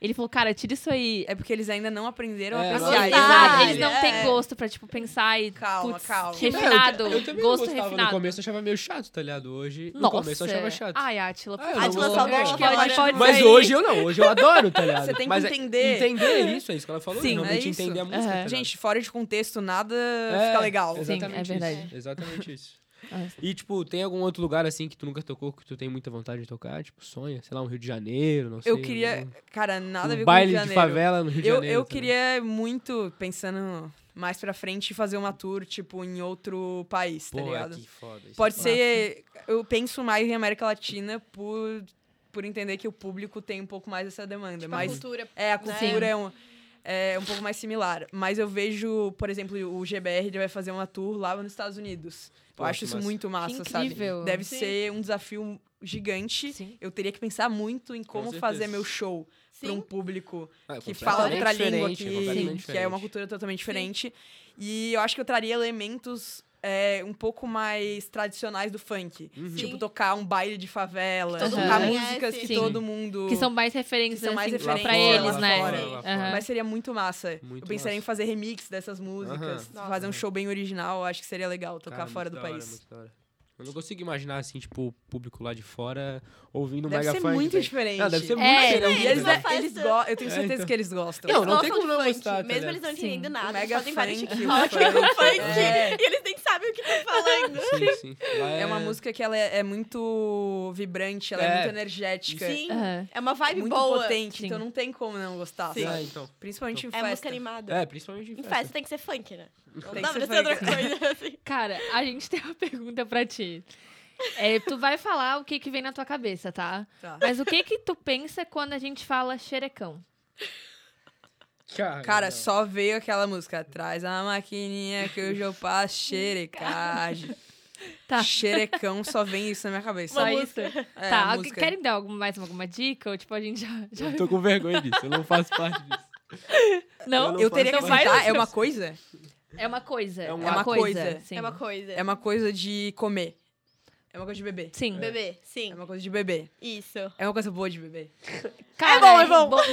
S1: Ele falou, cara, tira isso aí.
S2: É porque eles ainda não aprenderam
S3: É,
S2: a
S3: não
S2: apreciar.
S3: aprendeu.
S1: Exato, eles não
S2: É.
S1: têm gosto pra, tipo, pensar e.
S2: Calma,
S1: putz,
S2: calma.
S1: Refinado.
S3: Eu, eu também
S1: gosto
S3: não gostava.
S1: refinado.
S3: No começo eu achava meio chato, tá ligado? Hoje, no
S1: Nossa.
S3: começo eu achava chato.
S1: Ai, Atila,
S3: Ah, eu
S1: por
S3: não
S1: favor.
S3: vou-
S1: Eu acho É, que ela
S2: Agora-
S1: pode
S3: Mas é
S1: sair.
S3: hoje eu não, hoje eu adoro, tá ligado?
S2: Você tem que
S3: Mas é-
S2: entender.
S3: Entender isso, é isso que ela falou.
S2: Sim,
S3: realmente
S2: é isso.
S3: entender a música. tá
S1: Aham.
S3: ligado?
S2: Gente, fora de contexto, nada
S3: É,
S2: fica legal.
S1: Sim,
S3: Exatamente
S1: é verdade.
S3: Isso, exatamente isso.
S1: Ah.
S3: E, tipo, tem algum outro lugar, assim, que tu nunca tocou, que tu tem muita vontade de tocar? Tipo, sonha, sei lá, um Rio de Janeiro, não sei.
S2: Eu queria.
S3: um-
S2: Cara, nada a ver
S3: um
S2: com o Rio
S3: baile
S2: de
S3: de
S2: Janeiro.
S3: favela no Rio de
S2: eu,
S3: Janeiro.
S2: eu
S3: tá ligado?
S2: queria muito, pensando mais pra frente, fazer uma tour, tipo, em outro país, tá
S3: Pô,
S2: ligado?
S3: que foda. isso. Ah,
S2: Pode
S3: Massa.
S2: ser. Eu penso mais em América Latina por, por entender que o público tem um pouco mais essa demanda.
S4: Tipo, a
S2: mas
S4: cultura.
S2: é, a
S4: né?
S2: cultura é um. É um pouco mais similar. Mas eu vejo, por exemplo, o GBR ele vai fazer uma tour lá nos Estados Unidos.
S3: Pô,
S2: eu acho
S3: que
S2: isso
S3: massa.
S2: muito massa,
S1: Que
S2: sabe?
S1: incrível.
S2: Deve
S4: Sim.
S2: ser um desafio gigante.
S1: Sim.
S2: Eu teria que pensar muito em como
S3: certeza.
S2: fazer meu show. pra um
S4: Sim.
S2: público
S3: Ah,
S2: que
S3: completamente
S2: fala outra língua
S3: diferente, completamente
S2: que, que é uma
S3: diferente.
S2: cultura totalmente diferente. E eu acho que eu traria elementos é, um pouco mais tradicionais do funk.
S3: Uhum.
S2: Tipo,
S4: Sim.
S2: tocar um baile de favela,
S4: Que
S1: todo
S2: tocar
S1: mundo
S2: músicas
S4: conhece.
S2: que
S1: Sim.
S2: todo mundo...
S1: Que são mais referências,
S2: Que são mais
S1: assim,
S2: referências
S1: pra
S2: lá
S1: eles, né?
S2: fora,
S3: lá
S1: Aham.
S3: fora.
S2: Mas seria muito massa.
S3: Muito
S2: eu pensaria em
S3: massa.
S2: fazer remix dessas músicas,
S4: Aham.
S2: fazer um
S3: Nossa.
S2: show bem original, eu acho que seria legal tocar
S3: Cara,
S2: fora
S3: muito
S2: do
S3: da hora,
S2: país.
S3: muito da hora. Eu não consigo imaginar, assim, tipo, o público lá de fora ouvindo
S2: Deve
S3: mega
S2: ser
S3: funk,
S2: muito
S3: velho.
S2: diferente.
S3: Não, deve ser
S2: E
S3: muito
S1: É,
S3: diferente.
S2: eles,
S3: né?
S4: Uma festa.
S2: eles go- eu tenho
S3: É,
S2: certeza
S3: então.
S2: que eles gostam.
S3: Não,
S4: Eles
S3: não tem
S4: gostam
S3: como
S4: de
S3: não
S4: funk,
S3: gostar, tá
S4: Mesmo
S3: ligado?
S4: eles não
S1: Sim.
S4: entendendo nada, eles
S2: Mega
S4: fazem vários
S2: funk, né?
S4: TikTok
S2: funk,
S4: com um funk.
S2: é.
S4: E eles nem sabem o que estão falando.
S3: Sim, sim. Lá
S2: É uma música que ela é, é muito vibrante, ela é,
S3: É.
S2: muito energética,
S4: Sim.
S1: Aham.
S4: É uma vibe
S2: muito
S4: boa.
S2: potente,
S1: Sim.
S2: então não tem como não gostar,
S4: Sim.
S3: Ah,
S2: sabe?
S3: então.
S2: Principalmente em
S4: É música
S2: festa.
S4: animada.
S3: É, principalmente em
S4: Em
S3: festa.
S4: festa tem que ser funk, né? Não
S2: Tem
S4: dá
S2: que
S4: pra
S2: ser
S4: ser outra
S2: funk.
S4: coisa assim.
S1: Cara, a gente tem uma pergunta pra ti. É, tu vai falar o que que vem na tua cabeça, tá?
S2: Tá.
S1: Mas o que que tu pensa quando a gente fala xerecão?
S3: Cara,
S2: Cara, só veio aquela música. Traz a maquininha que hoje eu passo xerecagem.
S1: Tá.
S2: Xerecão, só vem isso na minha cabeça.
S1: Só
S4: Uma
S1: isso?
S4: música.
S2: É,
S1: tá,
S2: a
S1: alguém-
S2: música.
S1: querem dar alguma, mais alguma dica? Ou tipo, a gente já. já-
S3: Eu tô com vergonha disso, eu não faço parte disso.
S1: Não?
S3: não
S2: Eu teria que
S1: Então vai
S2: cantar,
S1: no
S2: é uma
S1: seu-
S2: coisa?
S1: É uma coisa.
S3: É
S1: É
S3: uma
S1: uma
S2: coisa.
S1: coisa. Sim.
S4: É uma coisa.
S2: É uma coisa de comer. É uma coisa de beber.
S1: Sim.
S4: Bebê, sim.
S2: É uma coisa de beber.
S4: Isso.
S2: É uma coisa boa de beber.
S1: Cara,
S4: bom, é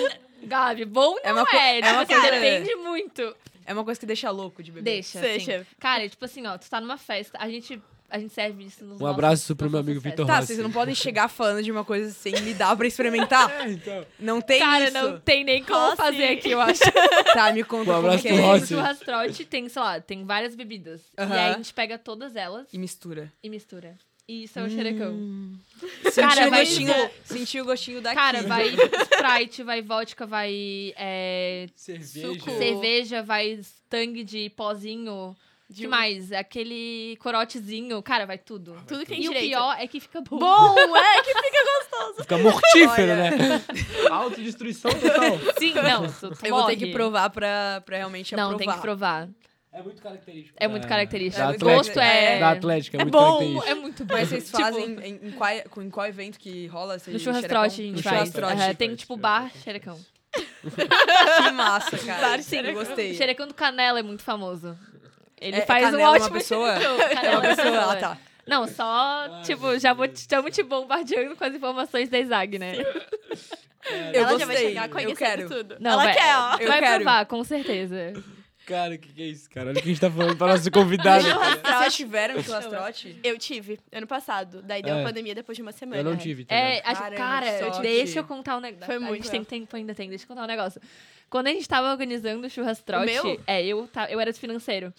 S4: bom.
S1: Gabi, bom
S2: É
S1: não
S2: uma co-
S1: é.
S2: é uma
S1: tipo,
S2: coisa-
S1: depende muito.
S2: É uma coisa que deixa louco de beber.
S1: Deixa, Deixa.
S4: Deixa.
S1: Cara, tipo assim, ó, tu tá numa festa, a gente, a gente serve isso nos
S3: Um
S1: nossos-
S3: abraço pro
S1: nas
S3: meu
S1: nossas
S3: amigo
S1: festas.
S3: Vitor
S2: Tá,
S3: Rossi.
S2: vocês não podem chegar falando de uma coisa sem me dar pra experimentar.
S3: É, então.
S2: Não tem
S1: Cara,
S2: isso.
S1: não tem nem como
S4: Rossi.
S1: fazer aqui, eu acho.
S2: Tá, me conta
S3: Um
S2: como
S3: abraço
S2: que
S3: pro
S2: é.
S3: Rossi.
S1: Tem churrastrote, tem, sei lá, tem várias bebidas. E aí
S2: Aham.
S1: a gente pega todas elas
S2: E mistura.
S1: e mistura. E isso é o xerecão.
S2: Sentiu
S1: Cara,
S2: o
S1: vai
S2: gostinho, sentiu o gostinho daqui.
S1: Cara, vai Sprite, vai vodka, vai é,
S3: Cerveja.
S4: Suco.
S1: cerveja, vai tangue de pozinho.
S4: De
S1: que
S4: um-
S1: mais? Aquele corotezinho. Cara, vai tudo.
S4: Tudo que tem
S1: E o
S4: direito.
S1: pior é que fica bom.
S4: Bom, é que
S3: Fica mortífero,
S2: Olha.
S3: né? Autodestruição total.
S1: Sim, não. tu- tu
S2: Eu vou ter
S1: morre.
S2: que provar pra, pra realmente
S1: Não,
S2: aprovar.
S1: tem que provar.
S3: É muito característico.
S1: É muito característico.
S2: É
S3: Da
S1: o
S2: muito
S1: gosto
S3: Atlética.
S1: é...
S2: característico.
S3: Da Atlética, é,
S4: É
S3: muito
S4: bom,
S3: característico.
S1: É muito bom.
S2: Mas vocês
S1: Tipo,
S2: fazem em, em qual, com- em qual evento que rola?
S1: No churrastrote a gente
S2: No
S1: faz.
S2: churrastrote.
S1: Aham, tem tipo bar, xerecão.
S2: Que massa, cara.
S4: Bar,
S2: Sim,
S4: xerecão.
S2: gostei.
S1: Xerecão do Canela é muito famoso. Ele
S2: É- é
S1: faz um
S2: Canela uma
S1: ótimo
S2: pessoa?
S1: xerecão.
S2: É
S1: Canela
S2: uma pessoa,
S1: pessoa.
S2: ah, tá.
S1: Não, só, tipo,
S3: meu
S1: já vou te,
S3: Deus.
S1: estamos te bombardeando com as informações da Isag, né? É,
S2: Eu
S4: ela já vai
S2: gostei,
S4: chegar
S2: eu
S4: conhecendo
S2: quero.
S4: tudo.
S1: Não,
S4: ela
S1: vai-
S4: quer, ó.
S1: Tu
S2: Eu
S1: vai
S2: quero.
S1: provar, com certeza.
S3: Cara, o que, que é isso, cara? Olha o que a gente tá falando pra nossa convidada. cara.
S2: Vocês tiveram churrastrote?
S4: Eu tive, ano passado. Daí deu
S3: É.
S4: a pandemia depois de uma semana.
S3: Eu não tive, tá
S1: É,
S3: ligado?
S1: a gente-
S2: Caramba,
S1: cara,
S2: sorte.
S1: deixa eu contar um negócio.
S4: Foi
S1: a
S4: muito
S1: gente tem tempo ainda, tem. Deixa eu contar um negócio. Quando a gente tava organizando o
S4: O
S1: churrastrote,
S4: meu?
S1: é, eu, ta- eu era do financeiro.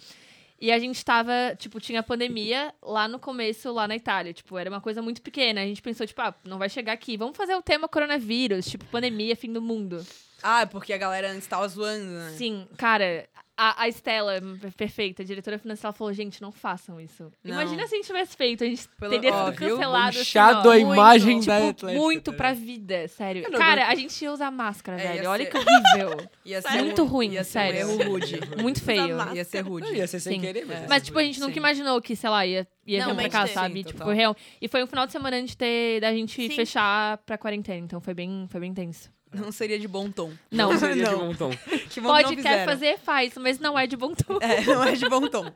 S1: E a gente tava, tipo, tinha pandemia lá no começo, lá na Itália. Tipo, era uma coisa muito pequena. A gente pensou, tipo, ah, não vai chegar aqui. Vamos fazer o tema coronavírus, tipo, pandemia, fim do mundo.
S2: Ah, é porque a galera antes tava zoando, né?
S1: Sim, cara, a, a Estela, per- perfeita, a diretora financeira, ela falou, gente, não façam isso.
S2: Não.
S1: Imagina se a gente tivesse feito, a gente
S2: Pelo-
S1: teria
S2: ó,
S1: sido
S2: viu?
S1: cancelado. assim,
S3: Manchado
S1: ó.
S3: a
S1: Muito.
S3: imagem
S1: tipo,
S3: da Atlética,
S1: Muito
S3: tá
S1: pra
S3: ligado?
S1: vida,
S2: Eu
S1: sério.
S2: não
S1: Cara,
S2: aguento.
S1: a gente ia usar máscara,
S2: É, ia
S1: velho. Olha
S2: ser-
S1: que horrível.
S2: Ia
S1: Muito ruim,
S2: ia ser
S1: sério.
S2: Um erro rude.
S1: Muito feio.
S4: máscara.
S2: Ia ser rude.
S3: Não, ia ser sem
S1: Sim.
S3: querer, mas...
S1: Mas, tipo, a gente nunca
S2: né? Sim.
S1: imaginou que, sei lá, ia, ia
S4: Não,
S1: vir pra
S4: mas
S1: cá,
S4: sim,
S1: sabe?
S2: total.
S1: tipo, foi real. E foi um final de semana de ter, da gente
S4: Sim.
S1: fechar pra quarentena, então foi bem, foi bem tenso.
S2: Não seria de bom tom.
S1: Não,
S3: seria de
S2: Não.
S3: bom tom.
S2: Que bom que
S1: pode,
S2: não
S1: quer
S2: fizeram.
S1: fazer, faz, mas não é de bom tom.
S2: É, não é de bom tom.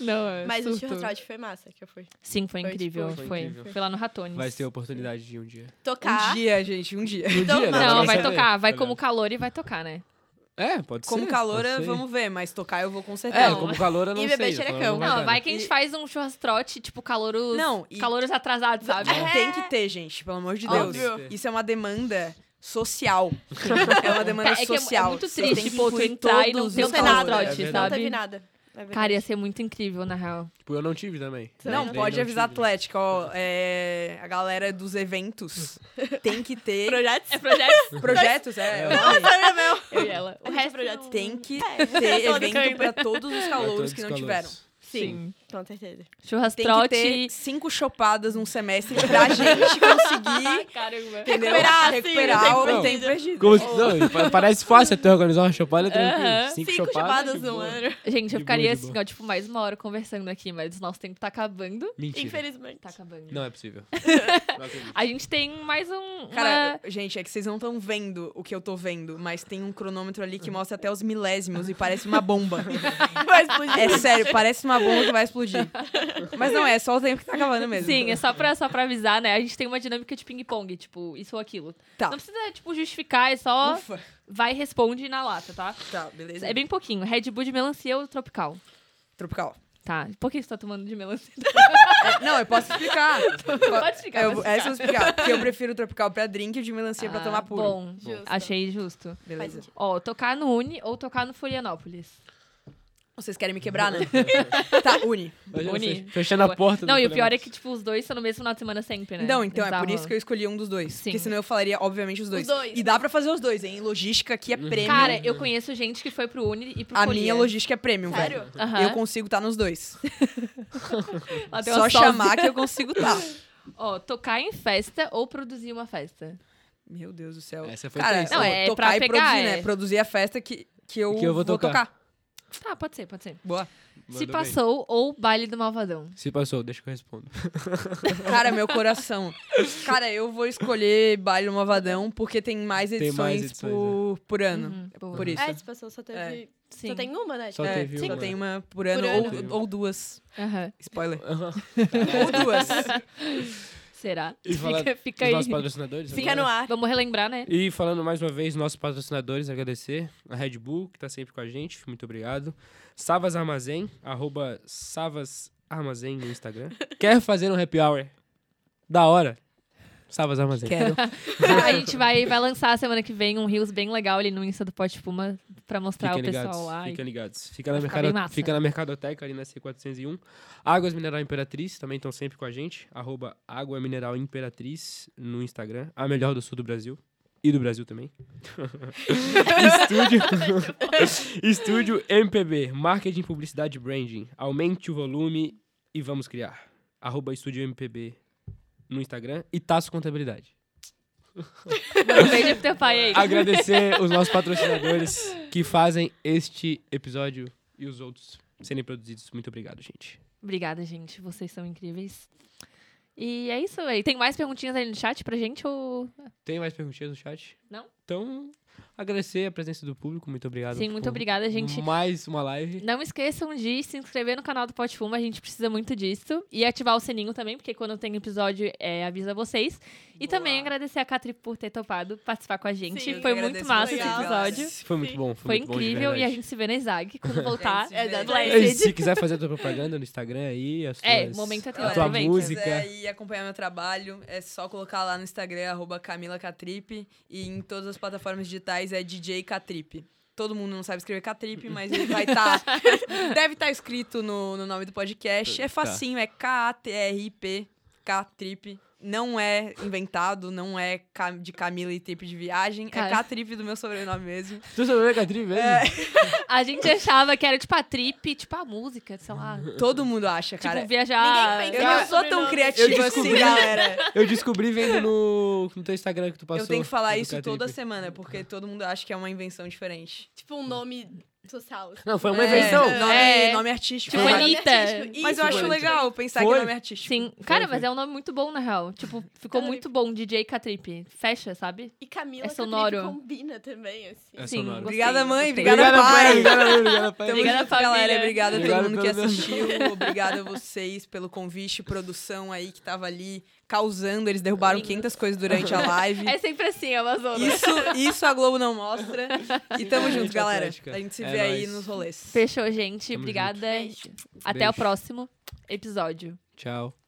S1: Não, é
S4: Mas o
S1: surto.
S4: churrastrote foi massa que eu fui.
S2: Um
S1: Sim, foi
S4: Foi, tipo,
S1: incrível.
S3: foi
S1: Foi,
S3: incrível.
S1: foi lá no Ratones.
S3: Vai ter oportunidade de um dia.
S4: Tocar.
S1: Tá.
S2: Um dia, gente, um dia.
S3: Um
S4: Não,
S3: dia, né?
S1: Então, Não,
S4: Agora
S1: vai
S3: saber.
S1: tocar. Vai
S3: Olha.
S1: como calor e vai tocar, né?
S3: É, pode ser.
S2: Como calora,
S3: pode ser.
S2: vamos ver, mas tocar eu vou com
S3: É,
S2: certeza.
S1: Não.
S3: como calor eu não
S4: E
S3: sei.
S4: beber
S3: eu tô falando
S4: xerecão.
S3: a
S1: Não,
S3: verdade.
S1: vai que a gente
S2: E-
S1: faz um churrastrote, tipo, caloros...
S2: Não, e-
S1: Caloros atrasados, sabe?
S4: É.
S2: Tem que ter, gente, pelo amor de Deus.
S4: Óbvio.
S2: Isso é uma demanda social. é uma demanda
S1: Cara, é que é mu-
S2: social.
S1: é muito
S2: Você
S1: triste,
S2: tem que
S1: pô, tu
S2: incluir
S1: entrar e não
S2: todos
S1: ter
S2: os
S4: Não
S1: um
S4: teve
S2: calores.
S4: nada.
S1: calorote,
S3: é
S4: Não
S1: sabe?
S4: teve nada. É verdade.
S1: Cara, ia ser muito incrível, na real.
S3: Tipo, eu não tive também.
S2: Não,
S3: Também
S2: pode avisar a
S3: tive.
S2: Atlética, ó. é, a galera dos eventos tem que ter
S4: Projetos?
S1: É projeto?
S2: projetos, é.
S3: É,
S2: o nome.
S4: Foi meu.
S1: Eu e ela. O
S4: gente
S1: resto
S4: projetos
S1: não-
S2: Tem que
S4: É,
S2: ter
S4: todo
S2: evento
S4: canto.
S2: pra todos os
S3: Pra
S2: calouros
S3: todos
S2: que
S3: os
S2: não
S3: calouros.
S2: tiveram.
S1: Sim.
S4: Com certeza.
S2: Tem
S1: Churrastrote.
S2: que ter cinco chopadas num semestre pra gente conseguir
S1: Caramba.
S2: entendeu?
S4: Recuperar, sim,
S2: recuperar
S4: o tempo
S2: o tempo perdido.
S3: Como, não, pa- parece fácil até organizar uma chopada tranquilo.
S1: Aham.
S3: Cinco,
S4: Cinco
S3: chopadas
S4: chamadas
S3: né? de
S4: no
S3: boa.
S4: ano.
S1: Gente,
S3: De boa,
S1: eu ficaria
S3: de
S1: assim,
S3: boa.
S1: ó, tipo, mais uma hora conversando aqui, mas nosso tempo tá acabando.
S3: Mentira.
S4: Infelizmente.
S1: Tá acabando.
S3: Não é possível. Não acredito.
S1: A gente tem mais um.
S2: Cara, gente, é que vocês não estão vendo o que eu tô vendo, mas tem um cronômetro ali que mostra até os milésimos e parece uma bomba.
S4: Vai explodir.
S2: É sério, parece uma bomba que vai explodir. Mas não é, é só o tempo que tá acabando
S1: uma...
S2: mesmo.
S1: Sim, é só pra, só pra avisar, né? A gente tem uma dinâmica de ping-pong, tipo, isso ou aquilo.
S2: Tá.
S1: Não precisa, tipo, justificar, é só
S2: Ufa.
S1: vai, responde na lata, tá?
S2: Tá, beleza.
S1: É bem pouquinho. Red Bull de melancia ou tropical?
S2: Tropical.
S1: Tá. Por que você tá tomando de melancia?
S2: É, não, eu posso explicar.
S1: Pode explicar,
S2: Eu,
S1: pode
S2: essa eu vou explicar. Porque eu prefiro o tropical pra drink e o de melancia pra
S1: Ah,
S2: tomar puro.
S1: Bom,
S4: Justo.
S1: achei justo.
S2: Beleza.
S1: Ó, tocar no Uni ou tocar no Florianópolis?
S2: Vocês querem me quebrar, né? tá, une.
S3: Olha,
S1: Uni.
S3: fech- Fechando a porta.
S1: Não, e o pior é que, tipo, os dois são no mesmo final de semana sempre, né?
S2: Não, então é por
S1: Bizarro.
S2: isso que eu escolhi um dos dois.
S1: Sim.
S2: Porque senão eu falaria, obviamente, os dois.
S4: dois.
S2: E dá pra fazer os dois, hein? Logística aqui é prêmio.
S1: Cara, eu conheço gente que foi pro Uni e pro
S2: a
S1: Folia.
S2: minha logística é premium,
S4: Sério?
S2: velho.
S1: Aham.
S2: Eu consigo estar nos dois.
S1: Ela deu
S2: Só
S1: uma sozinha.
S2: chamar que eu consigo tá. estar.
S1: Ó, tocar em festa ou produzir uma festa?
S2: Meu Deus do céu.
S3: Essa foi
S2: Cara,
S3: tensa.
S1: Não, é
S2: tocar
S1: pra
S2: e
S1: pegar,
S2: produzir, né?
S1: é.
S2: Produzir a festa que, que, eu,
S3: Que eu vou tocar.
S1: Tá, pode ser, pode ser.
S2: Boa.
S1: Se passou ou baile do Malvadão?
S3: Se passou, deixa que eu respondo.
S2: Cara, meu coração. Cara, eu vou escolher Baile no Malvadão porque tem mais
S3: Tem
S2: edições,
S3: mais edições, né?
S2: por, por ano.
S1: Uhum, boa.
S2: Por isso.
S4: É, se passou, só teve.
S1: Sim.
S4: Só tem uma, né?
S3: Só
S2: É,
S3: teve
S2: só
S3: uma.
S2: tem uma por ano,
S4: Por
S2: ou-
S3: ano.
S2: Ou, duas.
S1: Aham.
S2: Spoiler. ou duas.
S1: Será?
S3: E falar
S1: fica fica
S3: Os
S1: aí.
S3: nossos patrocinadores.
S4: Fica
S3: agora.
S4: no ar.
S1: Vamos relembrar, né?
S3: E falando mais uma vez, nossos patrocinadores, agradecer a Red Bull, que tá sempre com a gente, muito obrigado. Savas Armazém, arroba Savas Armazém no Instagram. Quer fazer um happy hour? Da hora. Savas Armazém.
S2: Quero.
S1: A gente vai, vai lançar semana que vem um Rios bem legal ali no Insta do Pote Puma pra mostrar
S3: Fiquem
S1: o pessoal
S3: ligados,
S1: lá.
S3: fiquem ligados. Fica na,
S1: Vai ficar bem
S3: mercado,
S1: massa.
S3: fica na Mercadoteca, ali na C401. Águas Mineral Imperatriz, também estão sempre com a gente. Arroba Água Mineral Imperatriz no Instagram. A melhor do sul do Brasil. E do Brasil também. Estúdio... Estúdio MPB, Marketing, Publicidade e Branding. Aumente o volume e vamos criar. Arroba Estúdio MPB no Instagram e Taço Contabilidade.
S1: Um beijo pro teu pai aí.
S3: Agradecer os nossos patrocinadores que fazem este episódio e os outros serem produzidos. Muito obrigado, gente.
S1: Obrigada, gente. Vocês são incríveis. E é isso aí. Tem mais perguntinhas aí no chat pra gente ou.
S3: Tem mais perguntinhas no chat?
S1: Não.
S3: Então, agradecer a presença do público. Muito obrigado.
S1: Sim,
S3: por
S1: muito obrigada, gente.
S3: Mais uma live.
S1: Não esqueçam de se inscrever no canal do Pote Fuma, a gente precisa muito disso. E ativar o sininho também, porque quando tem episódio, é, avisa vocês. E também agradecer a Catri por ter topado participar com a gente.
S4: Sim,
S1: foi
S2: eu que
S1: muito
S2: agradeço,
S1: massa esse
S4: muito legal.
S1: episódio.
S3: Foi muito
S4: Sim.
S3: bom.
S1: Foi,
S3: muito bom, de
S1: incrível e a
S3: verdade.
S1: gente se vê na Isaac quando voltar.
S2: É,
S4: da
S1: Blessed.
S3: E se quiser fazer a tua propaganda no Instagram aí, as
S1: É,
S3: tuas-
S1: momento é teu,
S3: a tua
S1: aproveita.
S3: música.
S2: quiser ir acompanhar meu trabalho, é só colocar lá no Instagram, arroba Camila Catripe. E em todas as plataformas digitais é DJ Catripe. Todo mundo não sabe escrever Catripe, mas ele vai estar. deve estar escrito no, no nome do podcast. É
S3: Tá.
S2: facinho, é K-A-T-R-I-P, Catripe. Não é inventado, não é ca- de Camila e Tripe de viagem.
S1: Cara.
S2: É Catripe do meu sobrenome mesmo.
S3: Tu sabe que a Tri mesmo?
S2: É.
S1: A gente achava que era tipo a trip, tipo a música, sei lá.
S2: Todo mundo acha, cara.
S1: tipo, viajar.
S4: ninguém
S2: eu
S4: pensa.
S2: não sou tão
S4: Sobrenome.
S3: Eu
S2: criativa assim,
S3: descobri-
S2: galera.
S3: Eu descobri vendo no, no teu Instagram que tu passou.
S2: Eu tenho que falar
S3: do
S2: isso
S3: Catripe.
S2: toda semana, porque todo mundo acha que é uma invenção diferente.
S4: Tipo um nome social. assim.
S3: Não, foi uma
S2: É,
S3: invenção.
S2: Nome,
S1: É.
S2: nome artístico.
S1: Tipo,
S2: Foi.
S1: Anitta.
S4: artístico.
S2: Mas
S4: Isso,
S2: eu acho
S4: foi.
S2: legal pensar que
S3: Foi.
S2: é nome artístico.
S1: Sim. Cara, mas é um nome muito bom, na real. Tipo, ficou muito bom, DJ Catrip. Fecha, sabe?
S4: E Camila
S1: É
S4: é
S1: sonoro.
S4: combina também, assim.
S3: É
S1: Sim,
S3: sonoro.
S1: gostei,
S2: Obrigada, mãe.
S1: gostei.
S2: Obrigada, pai.
S3: Obrigada, mãe. Obrigada, pai.
S2: Tamo
S1: Obrigada,
S2: junto,
S1: família.
S2: galera. Obrigada a
S3: Obrigado
S2: todo mundo que
S3: pelo-
S2: assistiu. Obrigada a vocês pelo convite, produção aí que tava ali causando. Eles derrubaram 500 coisas durante a live.
S1: É sempre assim, Amazonas.
S2: Isso, isso a Globo não mostra. E tamo junto,
S3: Gente
S2: galera.
S3: atlética.
S2: A gente se
S3: É
S2: vê aí
S3: nóis.
S2: nos rolês.
S1: Fechou, gente.
S3: Tamo
S1: Obrigada.
S4: junto. Beijo.
S1: Até
S3: Beijo.
S1: o próximo episódio.
S3: Tchau.